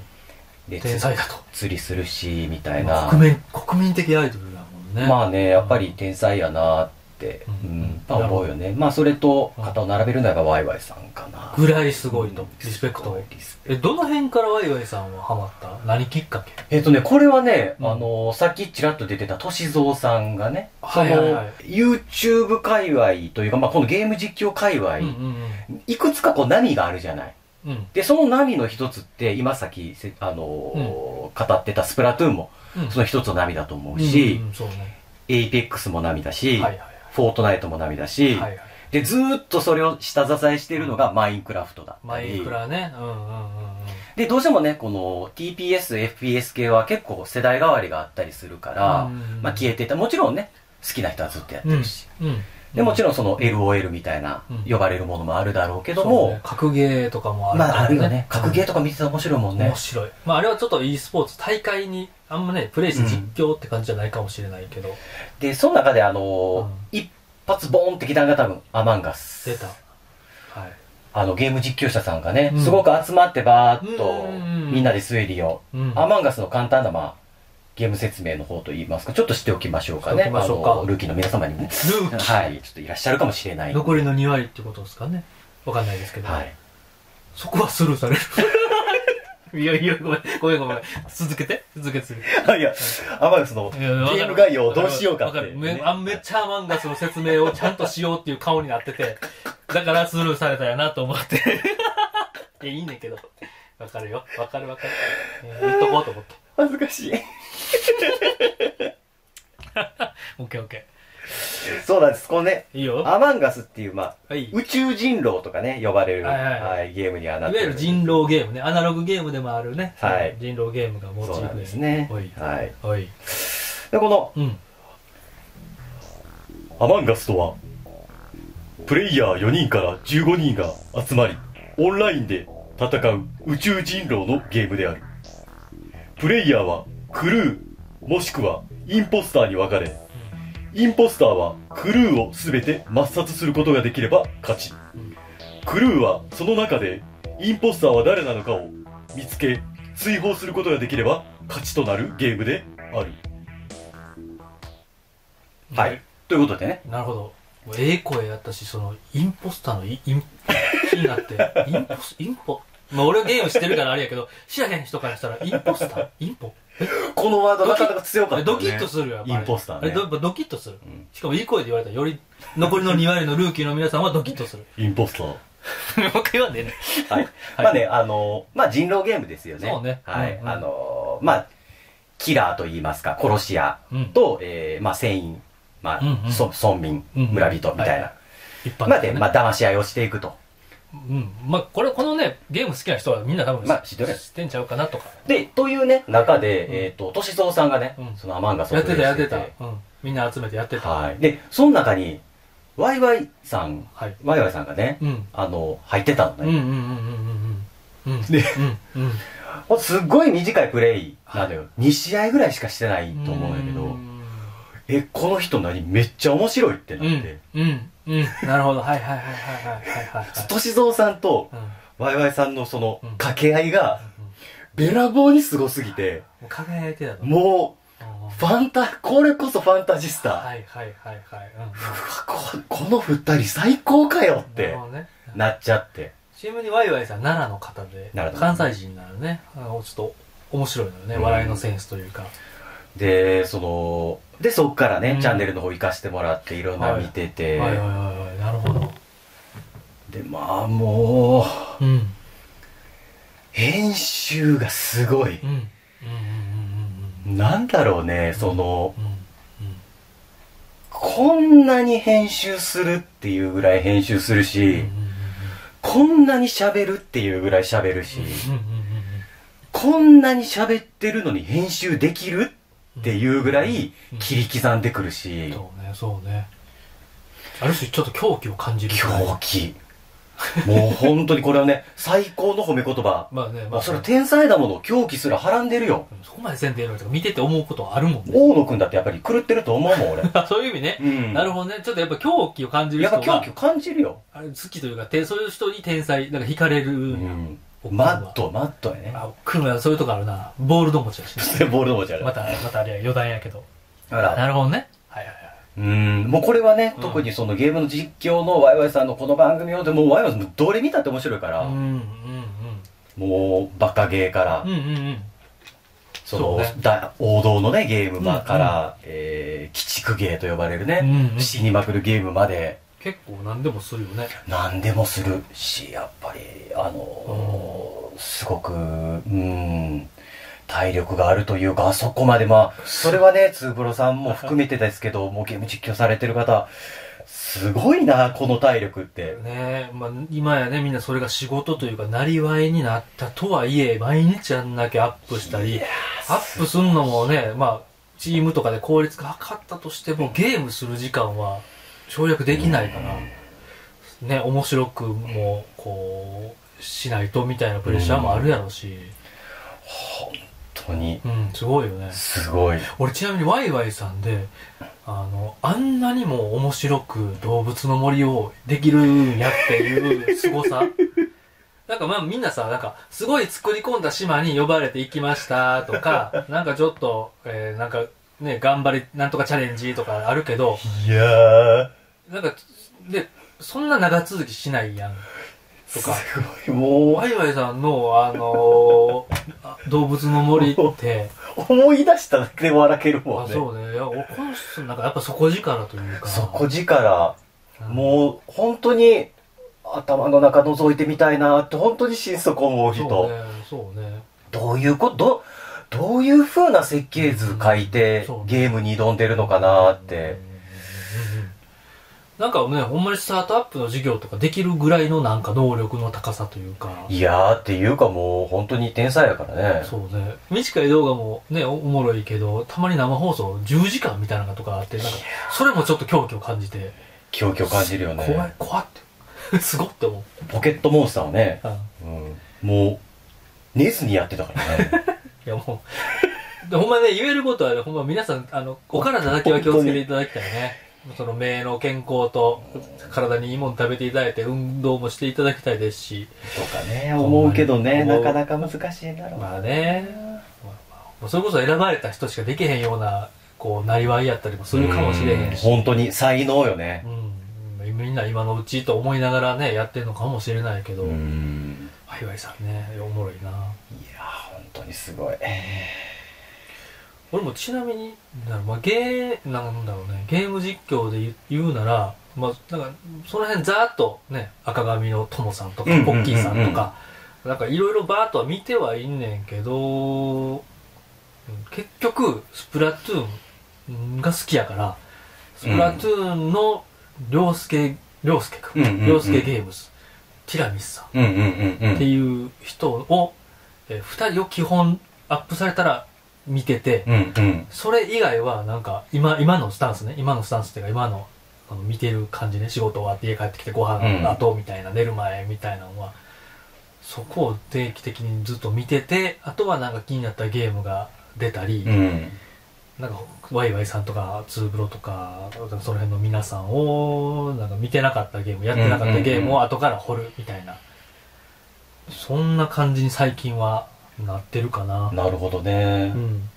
Speaker 1: で
Speaker 2: 天才だと
Speaker 1: 釣りするしみたい
Speaker 2: まあ
Speaker 1: な
Speaker 2: 国民国民的アイドルだもんね
Speaker 1: まあねやっぱり天才やなって、う
Speaker 2: うんん
Speaker 1: まあ思うよねまあそれと肩を並べるのがワイワイさんかな
Speaker 2: ぐらいすごいと、
Speaker 1: うん
Speaker 2: リスペク
Speaker 1: すご
Speaker 2: ト
Speaker 1: いリスペ
Speaker 2: えどの辺からワイワイさんはハマった何きっかけ
Speaker 1: えっとねこれはね、
Speaker 2: うん
Speaker 1: あのさっきちらっと出てた歳三さんがね、
Speaker 2: はいはいはい
Speaker 1: その YouTube 界隈というか、まあ、このゲーム実況界隈、
Speaker 2: うんうん
Speaker 1: いくつかこう波があるじゃない
Speaker 2: うんうん
Speaker 1: でその波の一つって今さっきせあのー
Speaker 2: うん
Speaker 1: 語ってたスプラトゥーンも
Speaker 2: うん
Speaker 1: その一つの波だと思うし、
Speaker 2: うんうんそうね
Speaker 1: エイペックスも波だし、
Speaker 2: はいはいは
Speaker 1: フォートナイトも波だ
Speaker 2: い
Speaker 1: し、
Speaker 2: はいはい
Speaker 1: でずーっとそれを下支えしているのがマインクラフトだった
Speaker 2: マ
Speaker 1: り
Speaker 2: イクラねうんうんうんうん
Speaker 1: でどうしてもねこの TPS、FPS 系は結構世代代わりがあったりするから、
Speaker 2: うん
Speaker 1: まあ、消えていったもちろんね好きな人はずっとやってるし、
Speaker 2: うんうん
Speaker 1: でもちろんその LOL みたいな
Speaker 2: うん
Speaker 1: 呼ばれるものもあるだろうけど
Speaker 2: そう
Speaker 1: も、
Speaker 2: ね格ゲーとかもある
Speaker 1: まああるよね
Speaker 2: うん
Speaker 1: 格ゲーとか見てたら面白いもんね
Speaker 2: 面白い、まあ、あれはちょっと e スポーツ大会にあんまねプレイして実況って感じじゃないかもしれないけど、
Speaker 1: でその中であのー
Speaker 2: うん
Speaker 1: 一発ボーンってきたのが多分アマンガス
Speaker 2: 出たはい
Speaker 1: あのゲーム実況者さんがね、
Speaker 2: うん
Speaker 1: すごく集まってバーっと
Speaker 2: うんうんうん
Speaker 1: みんなで推理を、
Speaker 2: うん
Speaker 1: アマンガスの簡単な、まあ、ゲーム説明の方といいますかちょっとしておきましょうかね
Speaker 2: しておきましょうか
Speaker 1: あのルーキーの皆様にもね
Speaker 2: ルーキー
Speaker 1: はいちょっといらっしゃるかもしれない
Speaker 2: 残りの2割ってことですかねわかんないですけど、
Speaker 1: はい
Speaker 2: そこはスルーされる いやいやごめんごめんごめん続けて続けて続けて
Speaker 1: あいやアマンガスの
Speaker 2: い
Speaker 1: ゲ
Speaker 2: やわかる
Speaker 1: ーム概要をどうしようかって
Speaker 2: わる
Speaker 1: ね
Speaker 2: めあめっちゃアマンガスの説明をちゃんとしようっていう顔になっててだからスルーされたやなと思って いやいいねんけどわかるよわかるわかる、えー言っとこうと思って
Speaker 1: 恥ずかしい
Speaker 2: オッケーオッケ
Speaker 1: そうなんですこのね
Speaker 2: ーいいよ
Speaker 1: アマンガスっていう、まあ、
Speaker 2: はいい
Speaker 1: 宇宙人狼とかね呼ばれる、
Speaker 2: はいはいはい
Speaker 1: はいゲームにはな
Speaker 2: わ
Speaker 1: って
Speaker 2: ゆる人狼ゲームねアナログゲームでもあるね、
Speaker 1: はい
Speaker 2: 人狼ゲームがモチー
Speaker 1: そう
Speaker 2: フ
Speaker 1: なんですね
Speaker 2: おい
Speaker 1: はい
Speaker 2: おい
Speaker 1: でこの
Speaker 2: うん
Speaker 1: アマンガスとはプレイヤー4人から15人が集まりオンラインで戦う宇宙人狼のゲームであるプレイヤーはクルーもしくはインポスターに分かれインポスターはクルーを全て抹殺することができれば勝ち
Speaker 2: うん
Speaker 1: クルーはその中でインポスターは誰なのかを見つけ追放することができれば勝ちとなるゲームであるはいということでね
Speaker 2: なるほどもうええ声やったしそのインポスターのイイン気になってインポスインポまあ俺はゲームしてるからあれやけど知らへん人からしたらインポスターインポ
Speaker 1: このワード
Speaker 2: ド
Speaker 1: な
Speaker 2: な
Speaker 1: か
Speaker 2: か
Speaker 1: なか
Speaker 2: な
Speaker 1: 強かった、ね、
Speaker 2: ドキッとするよやっぱり
Speaker 1: インポスターね
Speaker 2: あれどやっぱドキッとする、
Speaker 1: ん
Speaker 2: しかもいい声で言われたらより残りの2割のルーキーの皆さんはドキッ とする
Speaker 1: インポスター
Speaker 2: 僕言わんでね
Speaker 1: はい、まあねあのまあ人狼ゲームですよね
Speaker 2: そうね
Speaker 1: はい、
Speaker 2: うんうん
Speaker 1: あのまあキラーと言いますか殺し屋
Speaker 2: うん
Speaker 1: と、えーまあ船員まあ、
Speaker 2: うんうん
Speaker 1: そ村民
Speaker 2: うんうん
Speaker 1: 村人みたいな、
Speaker 2: は一般
Speaker 1: まあ
Speaker 2: 的
Speaker 1: で、
Speaker 2: なね
Speaker 1: まあ、騙し合いをしていくと
Speaker 2: うんまあこれこのねゲーム好きな人はみんな多分
Speaker 1: まあ知ってる
Speaker 2: 知ってんちゃうかなとか
Speaker 1: でというね中で、
Speaker 2: うん
Speaker 1: えっ、と歳三さんがね、
Speaker 2: うん
Speaker 1: そのアマンガスを
Speaker 2: やってたやって
Speaker 1: プ
Speaker 2: た
Speaker 1: レイし、
Speaker 2: うん、みんな集めてやってた
Speaker 1: はいでその中にワイワイさん
Speaker 2: はい
Speaker 1: ワイワイさんがね、
Speaker 2: うん
Speaker 1: あの入ってたの
Speaker 2: うん
Speaker 1: ね
Speaker 2: うん、うんうんうんうんうん
Speaker 1: で
Speaker 2: うんうん
Speaker 1: もうすっごい短いプレイなのよ、2試合ぐらいしかしてないと思うんだけど、
Speaker 2: うん
Speaker 1: えこの人何めっちゃ面白いってな
Speaker 2: う
Speaker 1: っ
Speaker 2: ん
Speaker 1: て、
Speaker 2: うんうんなるほどはいはいはいはいはいはいはい
Speaker 1: 歳三さんと
Speaker 2: うんうん
Speaker 1: ワイワイさんのその
Speaker 2: うん
Speaker 1: 掛け合いがべらぼうにすごすぎて
Speaker 2: もう輝いてたの
Speaker 1: も
Speaker 2: うん
Speaker 1: うファンタこれこそファンタジスタ、
Speaker 2: はいはいはいはいう
Speaker 1: うわここの二人最高かよ
Speaker 2: ん
Speaker 1: って
Speaker 2: なるほどね
Speaker 1: なっちゃって、
Speaker 2: CM にワイワイさん奈良の方で
Speaker 1: 奈良の
Speaker 2: 関西人なのねあのちょっと面白いのよね
Speaker 1: うん
Speaker 2: 笑いのセンスというか
Speaker 1: でそのでそっからね、
Speaker 2: うん
Speaker 1: チャンネルの方行かせてもらっていろんな見てて、
Speaker 2: はいはいはいはいなるほど
Speaker 1: でまあもう
Speaker 2: うんうん
Speaker 1: 編集がすごい
Speaker 2: うんうんうん
Speaker 1: なんだろうねその
Speaker 2: うんうん
Speaker 1: こんなに編集するっていうぐらい編集するし、
Speaker 2: うんうんうんうん
Speaker 1: こんなに喋るっていうぐらい喋るし、
Speaker 2: うんうんうんうん
Speaker 1: こんなに喋ってるのに編集できるっていうぐらい
Speaker 2: うん
Speaker 1: 切り刻んでくるし、
Speaker 2: そうねそうねある種ちょっと狂気を感じる
Speaker 1: 狂気。もう本当にこれはね、 最高の褒め言葉。
Speaker 2: まあねま
Speaker 1: ま
Speaker 2: あ
Speaker 1: あそれ天才だもの、狂気すらはらんでるよ。
Speaker 2: そこまでせんでええのにとか見てて思うことはあるもんね
Speaker 1: 大野くんだってやっぱり狂ってると思うもん、俺。
Speaker 2: あそういう意味ね、
Speaker 1: うん。
Speaker 2: なるほどねちょっとやっぱ狂気を感じる
Speaker 1: やっ
Speaker 2: 人
Speaker 1: ぱ
Speaker 2: が
Speaker 1: 狂気を感じるよ。
Speaker 2: あれ好きというかてそういう人に天才なんか惹かれる、
Speaker 1: うん。
Speaker 2: 僕
Speaker 1: マ
Speaker 2: は
Speaker 1: ット、マットやね。
Speaker 2: あ僕はそういうとこあるなボールド持ちだし
Speaker 1: ボールの持ちある。
Speaker 2: またまたあれは余談やけど
Speaker 1: あら
Speaker 2: なるほどねはいはいはい
Speaker 1: うん、もうこれはね、
Speaker 2: うん
Speaker 1: 特にそのゲームの実況のワイワイさんのこの番組をでもうワイワイさんどれ見たって面白いから、
Speaker 2: うんうん
Speaker 1: もうバカゲーから、
Speaker 2: うんうんうんうん
Speaker 1: そ
Speaker 2: そう
Speaker 1: の
Speaker 2: ね
Speaker 1: だ王道のねゲームまから、えー、鬼畜ゲーと呼ばれるね、
Speaker 2: うんうん
Speaker 1: 死にまくるゲームまで
Speaker 2: 結構何でもするよね
Speaker 1: 何でもするしやっぱりあのーすごくうん体力があるというかあそこまでまあそれはねつぶろさんも含めてですけどもうゲーム実況されてる方すごいなこの体力って。
Speaker 2: ねえ、まあ、今やねみんなそれが仕事というかなりわいになったとはいえ毎日あんだけアップしたりアップするのもねまあチームとかで効率が測ったとしてもゲームする時間は省略できないから、ね面白くもこうしないとみたいなプレッシャーもあるやろし、
Speaker 1: 本当に
Speaker 2: うんすごいよね
Speaker 1: すごい
Speaker 2: 俺ちなみにワイワイさんであのあんなにも面白く動物の森をできるんやっていう凄さ なんかまあみんなさなんかすごい作り込んだ島に呼ばれて行きましたとか なんかちょっと、えーなんかね頑張りなんとかチャレンジとかあるけど
Speaker 1: いやー
Speaker 2: なんかでそんな長続きしないやん とか
Speaker 1: すごいも
Speaker 2: ワイワイさんのあのーあ動物の森って
Speaker 1: う思い出しただけで笑けるも
Speaker 2: あ
Speaker 1: んね
Speaker 2: そうねいや俺この人なんかやっぱ底力というか
Speaker 1: 底力
Speaker 2: うん
Speaker 1: もう本当に頭の中覗いてみたいなって本当に心底思う人
Speaker 2: そうねそうね
Speaker 1: どういうことどどういう風な設計図書いて
Speaker 2: そう
Speaker 1: ゲームに挑んでるのかなって
Speaker 2: なんかねほんまにスタートアップの事業とかできるぐらいのなんか能力の高さというか
Speaker 1: いやーっていうかもう本当に天才やからね
Speaker 2: そうね短い動画もねおおもろいけどたまに生放送10時間みたいなのとかあってなんかそれもちょっと狂気を感じて
Speaker 1: 狂気を感じるよね
Speaker 2: 怖い怖ってすごって思う
Speaker 1: ポケットモンスターをね、
Speaker 2: うん
Speaker 1: うん、もう寝ずにやってたから ね
Speaker 2: いやもう、でほんまね、言えることはね、ほんま皆さん、あの、お体だけは気をつけていただきたいね。その目の健康と、体にいいもの食べていただいて、運動もしていただきたいですし、
Speaker 1: とかね
Speaker 2: ん
Speaker 1: 思うけどね
Speaker 2: 思
Speaker 1: な
Speaker 2: う
Speaker 1: かなか難しいんだろうな
Speaker 2: まあね、まあまあそれこそ選ばれた人しかできへんような、こう、なりわいやったりもするかもしれへんし、
Speaker 1: 本当に才能よね
Speaker 2: うん、みんな今のうちと思いながらね、やってるのかもしれないけど、
Speaker 1: ん
Speaker 2: ワイワイさんね、おもろいな。
Speaker 1: いやー本当にすごい
Speaker 2: 俺もちなみに、なんだろうまあ、ゲー、なんだろうね、ゲーム実況で言う言うなら、まあ、なんか、その辺ざーっとね、赤髪のトモさんとか
Speaker 1: うんうん、
Speaker 2: ポッキーさ
Speaker 1: うん
Speaker 2: ん
Speaker 1: う
Speaker 2: と
Speaker 1: ん
Speaker 2: か、なんかいろいろバーっとは見てはいんねんけど、うん結局、スプラトゥーンが好きやから、スプラトゥーンの、りょうすけ、りょうすけか、
Speaker 1: うんうんうん
Speaker 2: りょうすけゲームズ、ティラミスさん、
Speaker 1: うんうんうんう
Speaker 2: っていう人を、えー二人を基本アップされたら見てて、
Speaker 1: うんうん
Speaker 2: それ以外はなんか今今のスタンスね今のスタンスっていうか今のあの見てる感じね仕事終わって家帰ってきてご飯の後みたいな、寝る前みたいなのはそこを定期的にずっと見ててあとはなんか気になったゲームが出たり、
Speaker 1: うん
Speaker 2: なんかワイワイさんとかツーブロとかその辺の皆さんをなんか見てなかったゲームやってなかったゲームを後から掘るみたいな、そんな感じに最近はなってるかな
Speaker 1: なるほどね
Speaker 2: うん、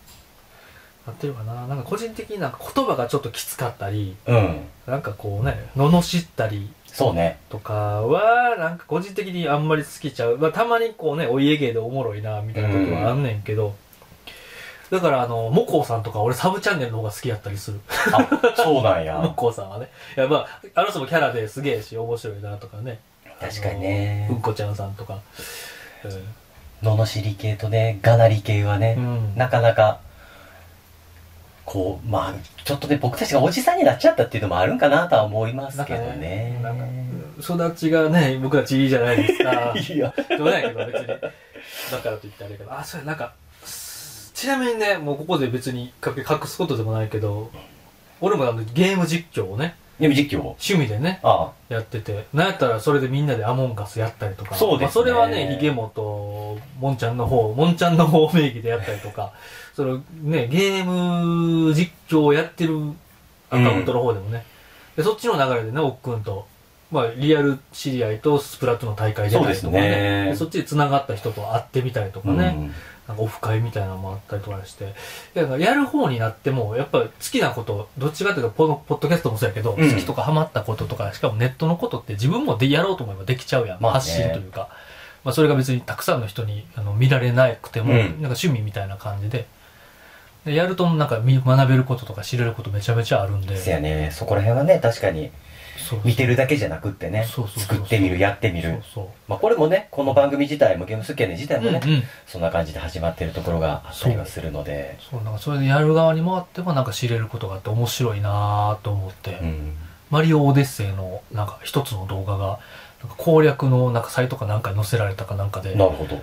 Speaker 2: なってるかななんか個人的になんか言葉がちょっときつかったり
Speaker 1: うん、
Speaker 2: なんかこうね罵ったり
Speaker 1: そうね
Speaker 2: とかはなんか個人的にあんまり好きちゃう、まあ、たまにこうねお家芸でおもろいなみたいなことはあんねんけど、だからあのモコウさんとか俺サブチャンネルの方が好きやったりする
Speaker 3: あ、そうなん
Speaker 2: モ
Speaker 3: や。
Speaker 2: コウさんはねいやまああの人もキャラですげえし面白いなとかね
Speaker 1: 確かにね
Speaker 2: あのうんこちゃんさんとか、う
Speaker 1: 罵り系とねがなり系はね、
Speaker 2: ん、
Speaker 1: なかなかこうまあちょっとね僕たちがおじさんになっちゃったっていうのもあるんかなとは思いますけどね
Speaker 2: なんか育ちがね僕たちいいじゃないです か
Speaker 3: いや、
Speaker 2: 冗談やけど別にだからといってあれやけどあそれなんかすちなみにねもうここで別に隠隠すことでもないけど俺もあのゲーム実況をね
Speaker 1: でも実況
Speaker 2: 趣味でね
Speaker 1: あ
Speaker 2: やっててなんやったらそれでみんなでアモンガスやったりとか
Speaker 1: そうですね
Speaker 2: まあ、それはねひげもともんちゃんの方もんちゃんの方名義でやったりとかそのねゲーム実況をやってるアカウントの方でもね、でそっちの流れでねおっくんと、まあ、リアル知り合いとスプラトゥーンの大会出たりとか
Speaker 1: そうですね
Speaker 2: でそっちで繋がった人と会ってみたりと
Speaker 1: あ、
Speaker 2: かね、なんかオフ会みたいなのもあったりとかして、いやなんかやる方になっても、やっぱ好きなこと、どっちかというとポド、ポッドキャストもそうやけど、
Speaker 1: うん
Speaker 2: 好きとかハマったこととか、しかもネットのことって自分もでやろうと思えばできちゃうやん、
Speaker 1: まあね
Speaker 2: 発信というか。まあ、それが別にたくさんの人にあの見られなくても、
Speaker 1: うん
Speaker 2: なんか趣味みたいな感じで、でやるとなんかみ学べることとか知れることめちゃめちゃあるんで、
Speaker 1: せやねそこら辺はね確かに
Speaker 2: そう
Speaker 1: 見てるだけじゃなくってね
Speaker 2: そうそうそうそう
Speaker 1: 作ってみるやってみる
Speaker 2: そう
Speaker 1: まあ、これもねこの番組自体もゲームスキャネ自体
Speaker 2: そう。う
Speaker 1: も
Speaker 2: んう
Speaker 1: ね、
Speaker 2: ん。
Speaker 1: そんな感じで始まってるところがあったりはするので
Speaker 2: そう、なんかそれでやる側に回ってもなんか知れることがあって面白いなぁと思って。
Speaker 1: うん
Speaker 2: マリオオデッセイのなんか一つの動画が、なんか攻略のなんかサイトかなんかに載せられたかなんかで、
Speaker 1: な
Speaker 2: なん
Speaker 1: るほ
Speaker 2: か
Speaker 1: ど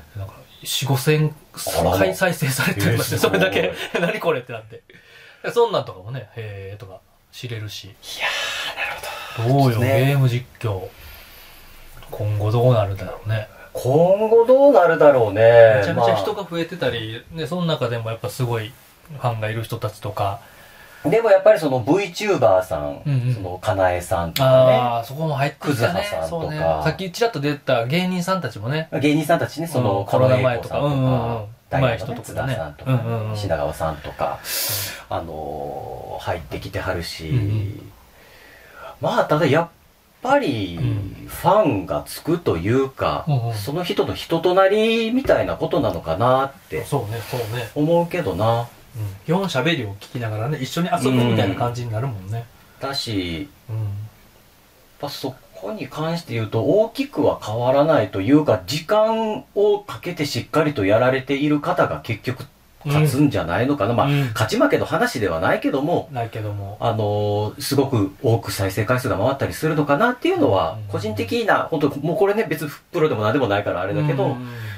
Speaker 2: 4、5千
Speaker 1: あらま
Speaker 2: 回再生されてるんだっ
Speaker 1: え
Speaker 2: て、
Speaker 1: ーす
Speaker 2: そ
Speaker 1: ご
Speaker 2: れ
Speaker 1: い
Speaker 2: だけ、 何これってなって。そんなんとかもね、へーとか知れるし。いやー、なるほど。どうよ、
Speaker 1: ね
Speaker 2: ゲーム実況。今後どうなるんだろうね。
Speaker 1: 今後どうなるだろうね
Speaker 2: めちゃめちゃ人
Speaker 1: ま
Speaker 2: が増えてたり、ね、その中でもやっぱすごいファンがいる人たちとか、
Speaker 1: あでもやっぱりその VTuber さん、
Speaker 2: うんうん
Speaker 1: そのかなえさんとか
Speaker 2: ああ、そこも入ってきたね
Speaker 1: 葛葉さん。とか
Speaker 2: そうね。さっきちらっと出た芸人さんたちもね、
Speaker 1: ね芸人さんたちねその、
Speaker 2: うん
Speaker 1: コロナ前とかさんと
Speaker 2: うんうんうん
Speaker 1: か大
Speaker 2: 上手い
Speaker 1: 学のね
Speaker 2: 人とか
Speaker 1: 津
Speaker 2: だ
Speaker 1: 田
Speaker 2: ね
Speaker 1: さんと
Speaker 2: うんうんう
Speaker 1: か
Speaker 2: ん
Speaker 1: 品川さんとか、あのー入ってきてはるし、
Speaker 2: うんうん
Speaker 1: まあただやっぱり
Speaker 2: う
Speaker 1: ファンがつくというか、
Speaker 2: うんうん
Speaker 1: その人の人となりみたいなことなのかなって
Speaker 2: そうね、そうね。
Speaker 1: 思うけどな
Speaker 2: うん、基本喋りを聞きながらね、一緒に遊ぶみたいな感じになるもんね。
Speaker 1: だし
Speaker 2: うん。
Speaker 1: やっぱそこに関して言うと大きくは変わらないというか時間をかけてしっかりとやられている方が結局勝つんじゃないのかな、まあ
Speaker 2: うん
Speaker 1: 勝ち負けの話ではないけども
Speaker 2: ないけども。
Speaker 1: あのーすごく多く再生回数が回ったりするのかなっていうのは
Speaker 2: うん
Speaker 1: 個人的な本当もうこれね別にプロでも何でもないからあ
Speaker 2: あ
Speaker 1: れだけど、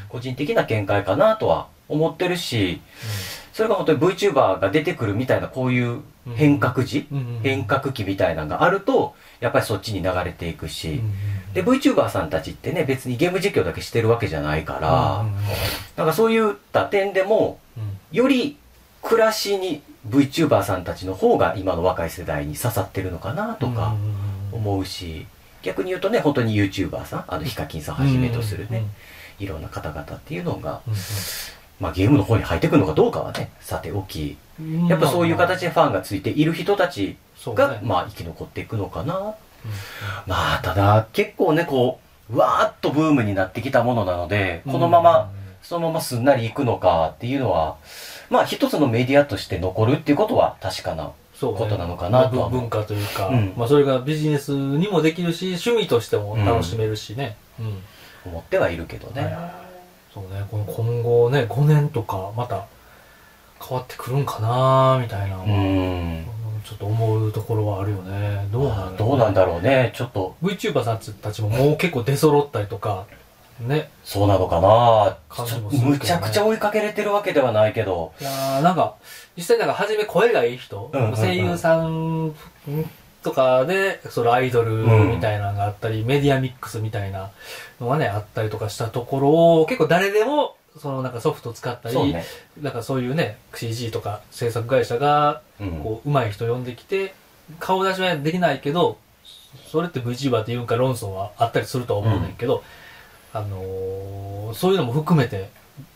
Speaker 1: 個人的な見解かなとは思ってるしそれが本当に VTuber が出てくるみたいなこういう変革時、変革期みたいなのがあるとやっぱりそっちに流れていくし。で、VTuber さんたちってね、別にゲーム実況だけしてるわけじゃないから、なんかそういった点でも、より暮らしに VTuber さんたちの方が今の若い世代に刺さってるのかなとか思うし、逆に言うとね、本当に YouTuber さん、あの、ヒカキンさんはじめとするね、いろんな方々っていうのが、まあゲームの方に入ってくるのかどうかはね、さておき、やっぱそういう形でファンがついている人たちが、まあ生き残っていくのかなまあただ結構ねこううわーっとブームになってきたものなのでこのまま、そのまますんなりいくのかっていうのはまあ一つのメディアとして残るっていうことは確かな
Speaker 2: そうね
Speaker 1: ことなのかなとは思う
Speaker 2: 文化というか、
Speaker 1: うん
Speaker 2: まあ、それがビジネスにもできるし趣味としても楽しめるしね、うん
Speaker 1: 思ってはいるけどね、
Speaker 2: そうねこの今後ね5年とかまた変わってくるんかなみたいな、
Speaker 1: うーん
Speaker 2: ちょっと思うところはあるよねどうなん
Speaker 1: どうなん
Speaker 2: だ
Speaker 1: だろうねちょっと
Speaker 2: VTuber さんたちももう結構出揃ったりとかね
Speaker 1: そうなのかな
Speaker 2: 感
Speaker 1: ち
Speaker 2: じ
Speaker 1: ょ
Speaker 2: もするけどね
Speaker 1: むちゃくちゃ追いかけれてるわけではないけど
Speaker 2: いやーなんか実際なんか初め声がいい人、
Speaker 1: うんうんうん
Speaker 2: 声優さんとかでそのアイドルみたいなのがあったり、メディアミックスみたいなのがねあったりとかしたところを結構誰でもそのなんかソフト使ったり、
Speaker 1: そうね、
Speaker 2: なんかそういうね CG とか制作会社が
Speaker 1: うん
Speaker 2: こう上手い人呼んできて顔出しはできないけどそれって VTuber っていうんか論争はあったりするとは思うんだけど、あのーそういうのも含めて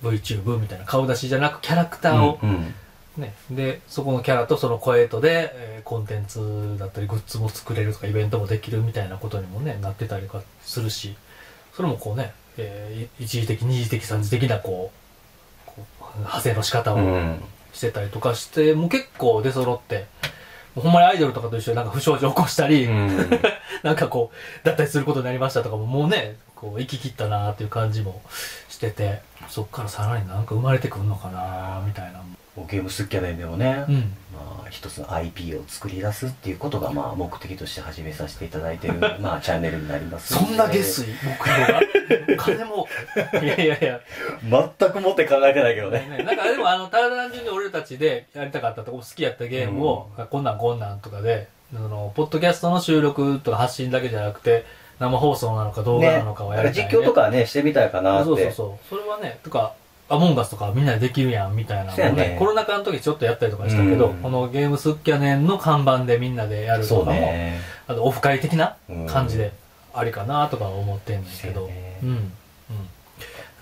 Speaker 2: VTube みたいな顔出しじゃなくキャラクターを
Speaker 1: うんうん
Speaker 2: ね、でそこのキャラとその声とで、えーコンテンツだったりグッズも作れるとかイベントもできるみたいなことにもねなってたりとかするしそれもこうね、えーい一時的二次的三次的なこうこう派生の仕方を
Speaker 1: うん
Speaker 2: してたりとかして、もう結構出揃って、もうほんまにアイドルとかと一緒になんか不祥事起こしたり、
Speaker 1: うん
Speaker 2: なんかこう、脱退することになりましたとかも、もうね、こう、行き切ったなっていう感じもしてて、そっからさらになんか生まれてくるのかなみたいな。
Speaker 1: もうゲーム好きやねんでもね、
Speaker 2: うん。
Speaker 1: まあ、一つの IP を作り出すっていうことが、まあ、目的として始めさせていただいて る、まあ、チャンネルになります
Speaker 2: そんな下水、目標が。お 金も。いやいやいや。
Speaker 4: 全く持って考えてないけどね。
Speaker 2: ねなんかでも、あの、ただ単純に俺たちでやりたかったとこ、好きやったゲームを、こんなんこんなんとかで、その、ポッドキャストの収録とか発信だけじゃなくて、生放送なのか動画
Speaker 1: ね
Speaker 2: なのかを
Speaker 1: だ
Speaker 2: や
Speaker 1: か
Speaker 2: り
Speaker 1: ら
Speaker 2: たい、ね。
Speaker 1: 実況とかねしてみたいかなって
Speaker 2: そうそうそう。それはね、とか、アモンガスとかみんなでできるやんみたいなのを
Speaker 1: そうやね
Speaker 2: コロナ禍の時ちょっとやったりとかしたけど、
Speaker 1: うん
Speaker 2: このゲームスキャネンの看板でみんなでやると
Speaker 1: そ
Speaker 2: か
Speaker 1: う
Speaker 2: も、
Speaker 1: ね
Speaker 2: あとオフ会的な感じ
Speaker 1: う
Speaker 2: で
Speaker 1: ん
Speaker 2: ありかなとか思ってんですけ
Speaker 1: そ
Speaker 2: ど、
Speaker 1: うやね
Speaker 2: うん。うん。だ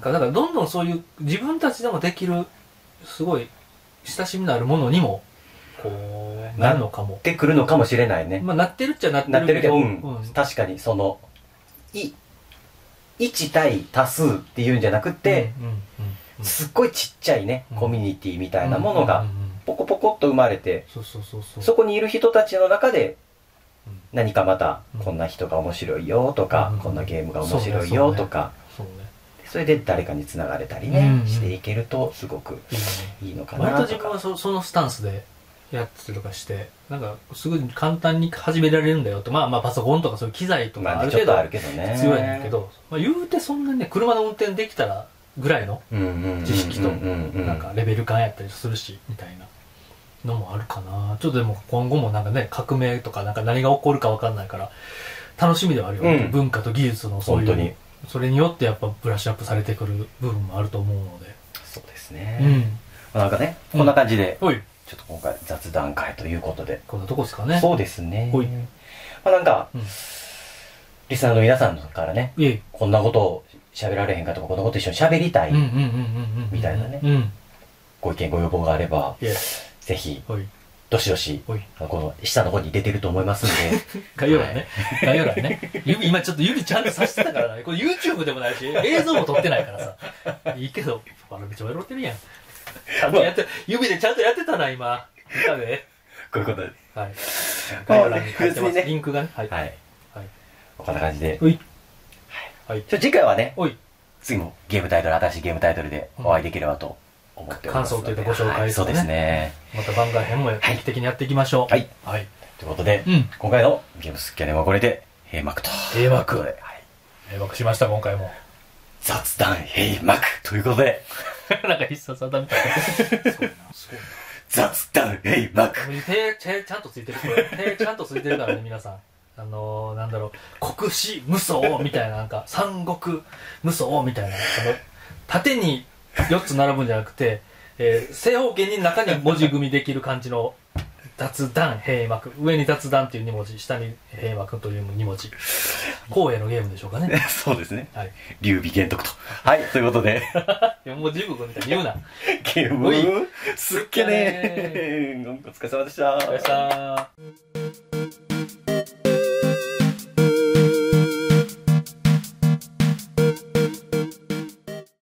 Speaker 2: から、だからどんどんそういう自分たちでもできる、すごい親しみのあるものにも、こう、なるのかも
Speaker 1: っ。てくるのかもしれないね、
Speaker 2: まあ、なってるっちゃなって
Speaker 1: なって
Speaker 2: る
Speaker 1: るけ
Speaker 2: けど、
Speaker 1: ど、
Speaker 2: う
Speaker 1: うんん確かにそのい1対多数っていうんじゃなくて、、
Speaker 2: うんうんうん
Speaker 1: すっごいちっちゃいね、
Speaker 2: うん
Speaker 1: コミュニティみたいなもの
Speaker 2: うん
Speaker 1: が
Speaker 2: うんうん
Speaker 1: ポコポコっと生まれて、
Speaker 2: そうそうそうそう。
Speaker 1: そこにいる人たちの中で
Speaker 2: うん
Speaker 1: 何かまた
Speaker 2: うん
Speaker 1: こんな人が面白いよとか、
Speaker 2: うん
Speaker 1: こんなゲームが面白いよとか、
Speaker 2: そうね。
Speaker 1: それで誰かにつながれたりね、
Speaker 2: うん
Speaker 1: していけるとすごくいいのか
Speaker 2: 割と
Speaker 1: なと
Speaker 2: 自分は
Speaker 1: か。
Speaker 2: そそのスタンスでやってたりとかしてなんかすぐに簡単に始められるんだよってまあまあパソコンとかそういう機材とか
Speaker 1: ま
Speaker 2: あ
Speaker 1: あ
Speaker 2: る
Speaker 1: ね、ちょっ
Speaker 2: 程度
Speaker 1: とあるけどね。
Speaker 2: 必要やねんけど、まあ、言うてそんなにね車の運転できたらぐらいの
Speaker 1: うんうんうんうん、
Speaker 2: 知識とな
Speaker 1: なん
Speaker 2: かレベル感やったりするしみたいなのもあるかなちょっとでも今後もなんかね革命とかなんか何が起こるか分かんないから楽しみではあるよね、
Speaker 1: うん
Speaker 2: 文化と技術のそう
Speaker 1: 本
Speaker 2: い
Speaker 1: 当
Speaker 2: う
Speaker 1: に。
Speaker 2: それによってやっぱブラッシュアップされてくる部分もあると思うので、
Speaker 1: そうです
Speaker 2: う
Speaker 1: ね。
Speaker 2: ん
Speaker 1: まあなんかね、こんな感じで、
Speaker 2: ほい
Speaker 1: ちょっと今回雑談会ということで。
Speaker 2: こんなとこですかね
Speaker 1: そうですね。
Speaker 2: ほい
Speaker 1: まあなんか
Speaker 2: うん、
Speaker 1: リスナーの皆さんからね、
Speaker 2: いえ
Speaker 1: こんなことを喋られへんかとか、こんなこと一緒に喋りたい
Speaker 2: うんうんうんうんうん
Speaker 1: みたいなね
Speaker 2: うん
Speaker 1: ご意見ご要望があれば、
Speaker 2: いえ
Speaker 1: ぜひ、
Speaker 2: おい
Speaker 1: どしどし、
Speaker 2: おい
Speaker 1: あのこの下の方に出てると思いますん で、
Speaker 2: 概要欄ね概要欄ね指今ちょっと指ちゃんとさしてたからねこれ YouTube でもないし映像も撮ってないからさいいけどバラめちゃ笑ってるやんちゃんとやって指でちゃんとやってたな今見たで
Speaker 4: こういうことで。
Speaker 2: はい概要欄に書いて
Speaker 1: 別
Speaker 2: ま
Speaker 1: にね
Speaker 2: すリンクがねはい
Speaker 1: はい。
Speaker 2: はい
Speaker 1: こんな感じで。
Speaker 2: おい
Speaker 1: ちょ次回はね、
Speaker 2: おい
Speaker 1: 次もゲームタイトル、新しいゲームタイトルでお会いできればと思っておりますので。
Speaker 2: 感想というかご紹介
Speaker 1: はい
Speaker 2: です
Speaker 1: そ
Speaker 2: ね
Speaker 1: うですね。
Speaker 2: また番外編も定期的にやっていきましょう
Speaker 1: はい
Speaker 2: はい
Speaker 1: ということで、
Speaker 2: うん
Speaker 1: 今回のゲームスキャネはこれで閉幕と。
Speaker 2: 閉幕
Speaker 1: ということではい
Speaker 2: 迷惑しました今回も
Speaker 1: 雑談閉幕ということで、
Speaker 2: なんか必殺技みたいなそうなそうな
Speaker 1: 雑談閉幕
Speaker 2: 手、手、ちゃんとついてる。これ手、ちゃんとついてるからね、皆さん。あのー、なんだろう、国士無双みたいな、なんか、三国無双みたいな、その、縦に4つ並ぶんじゃなくて、えー正方形に中に文字組みできる感じの、雑談閉幕。上に雑談っていう2文字、下に閉幕という2文字。光栄のゲームでしょう かね。
Speaker 4: そうですね。
Speaker 2: はい。
Speaker 4: 劉備玄徳と。はい、ということで、
Speaker 2: 四文字熟語みたいに言うな。
Speaker 4: ゲー
Speaker 2: おい
Speaker 4: ム、すっけねー。お疲れ様でした。
Speaker 2: お疲れ様でした。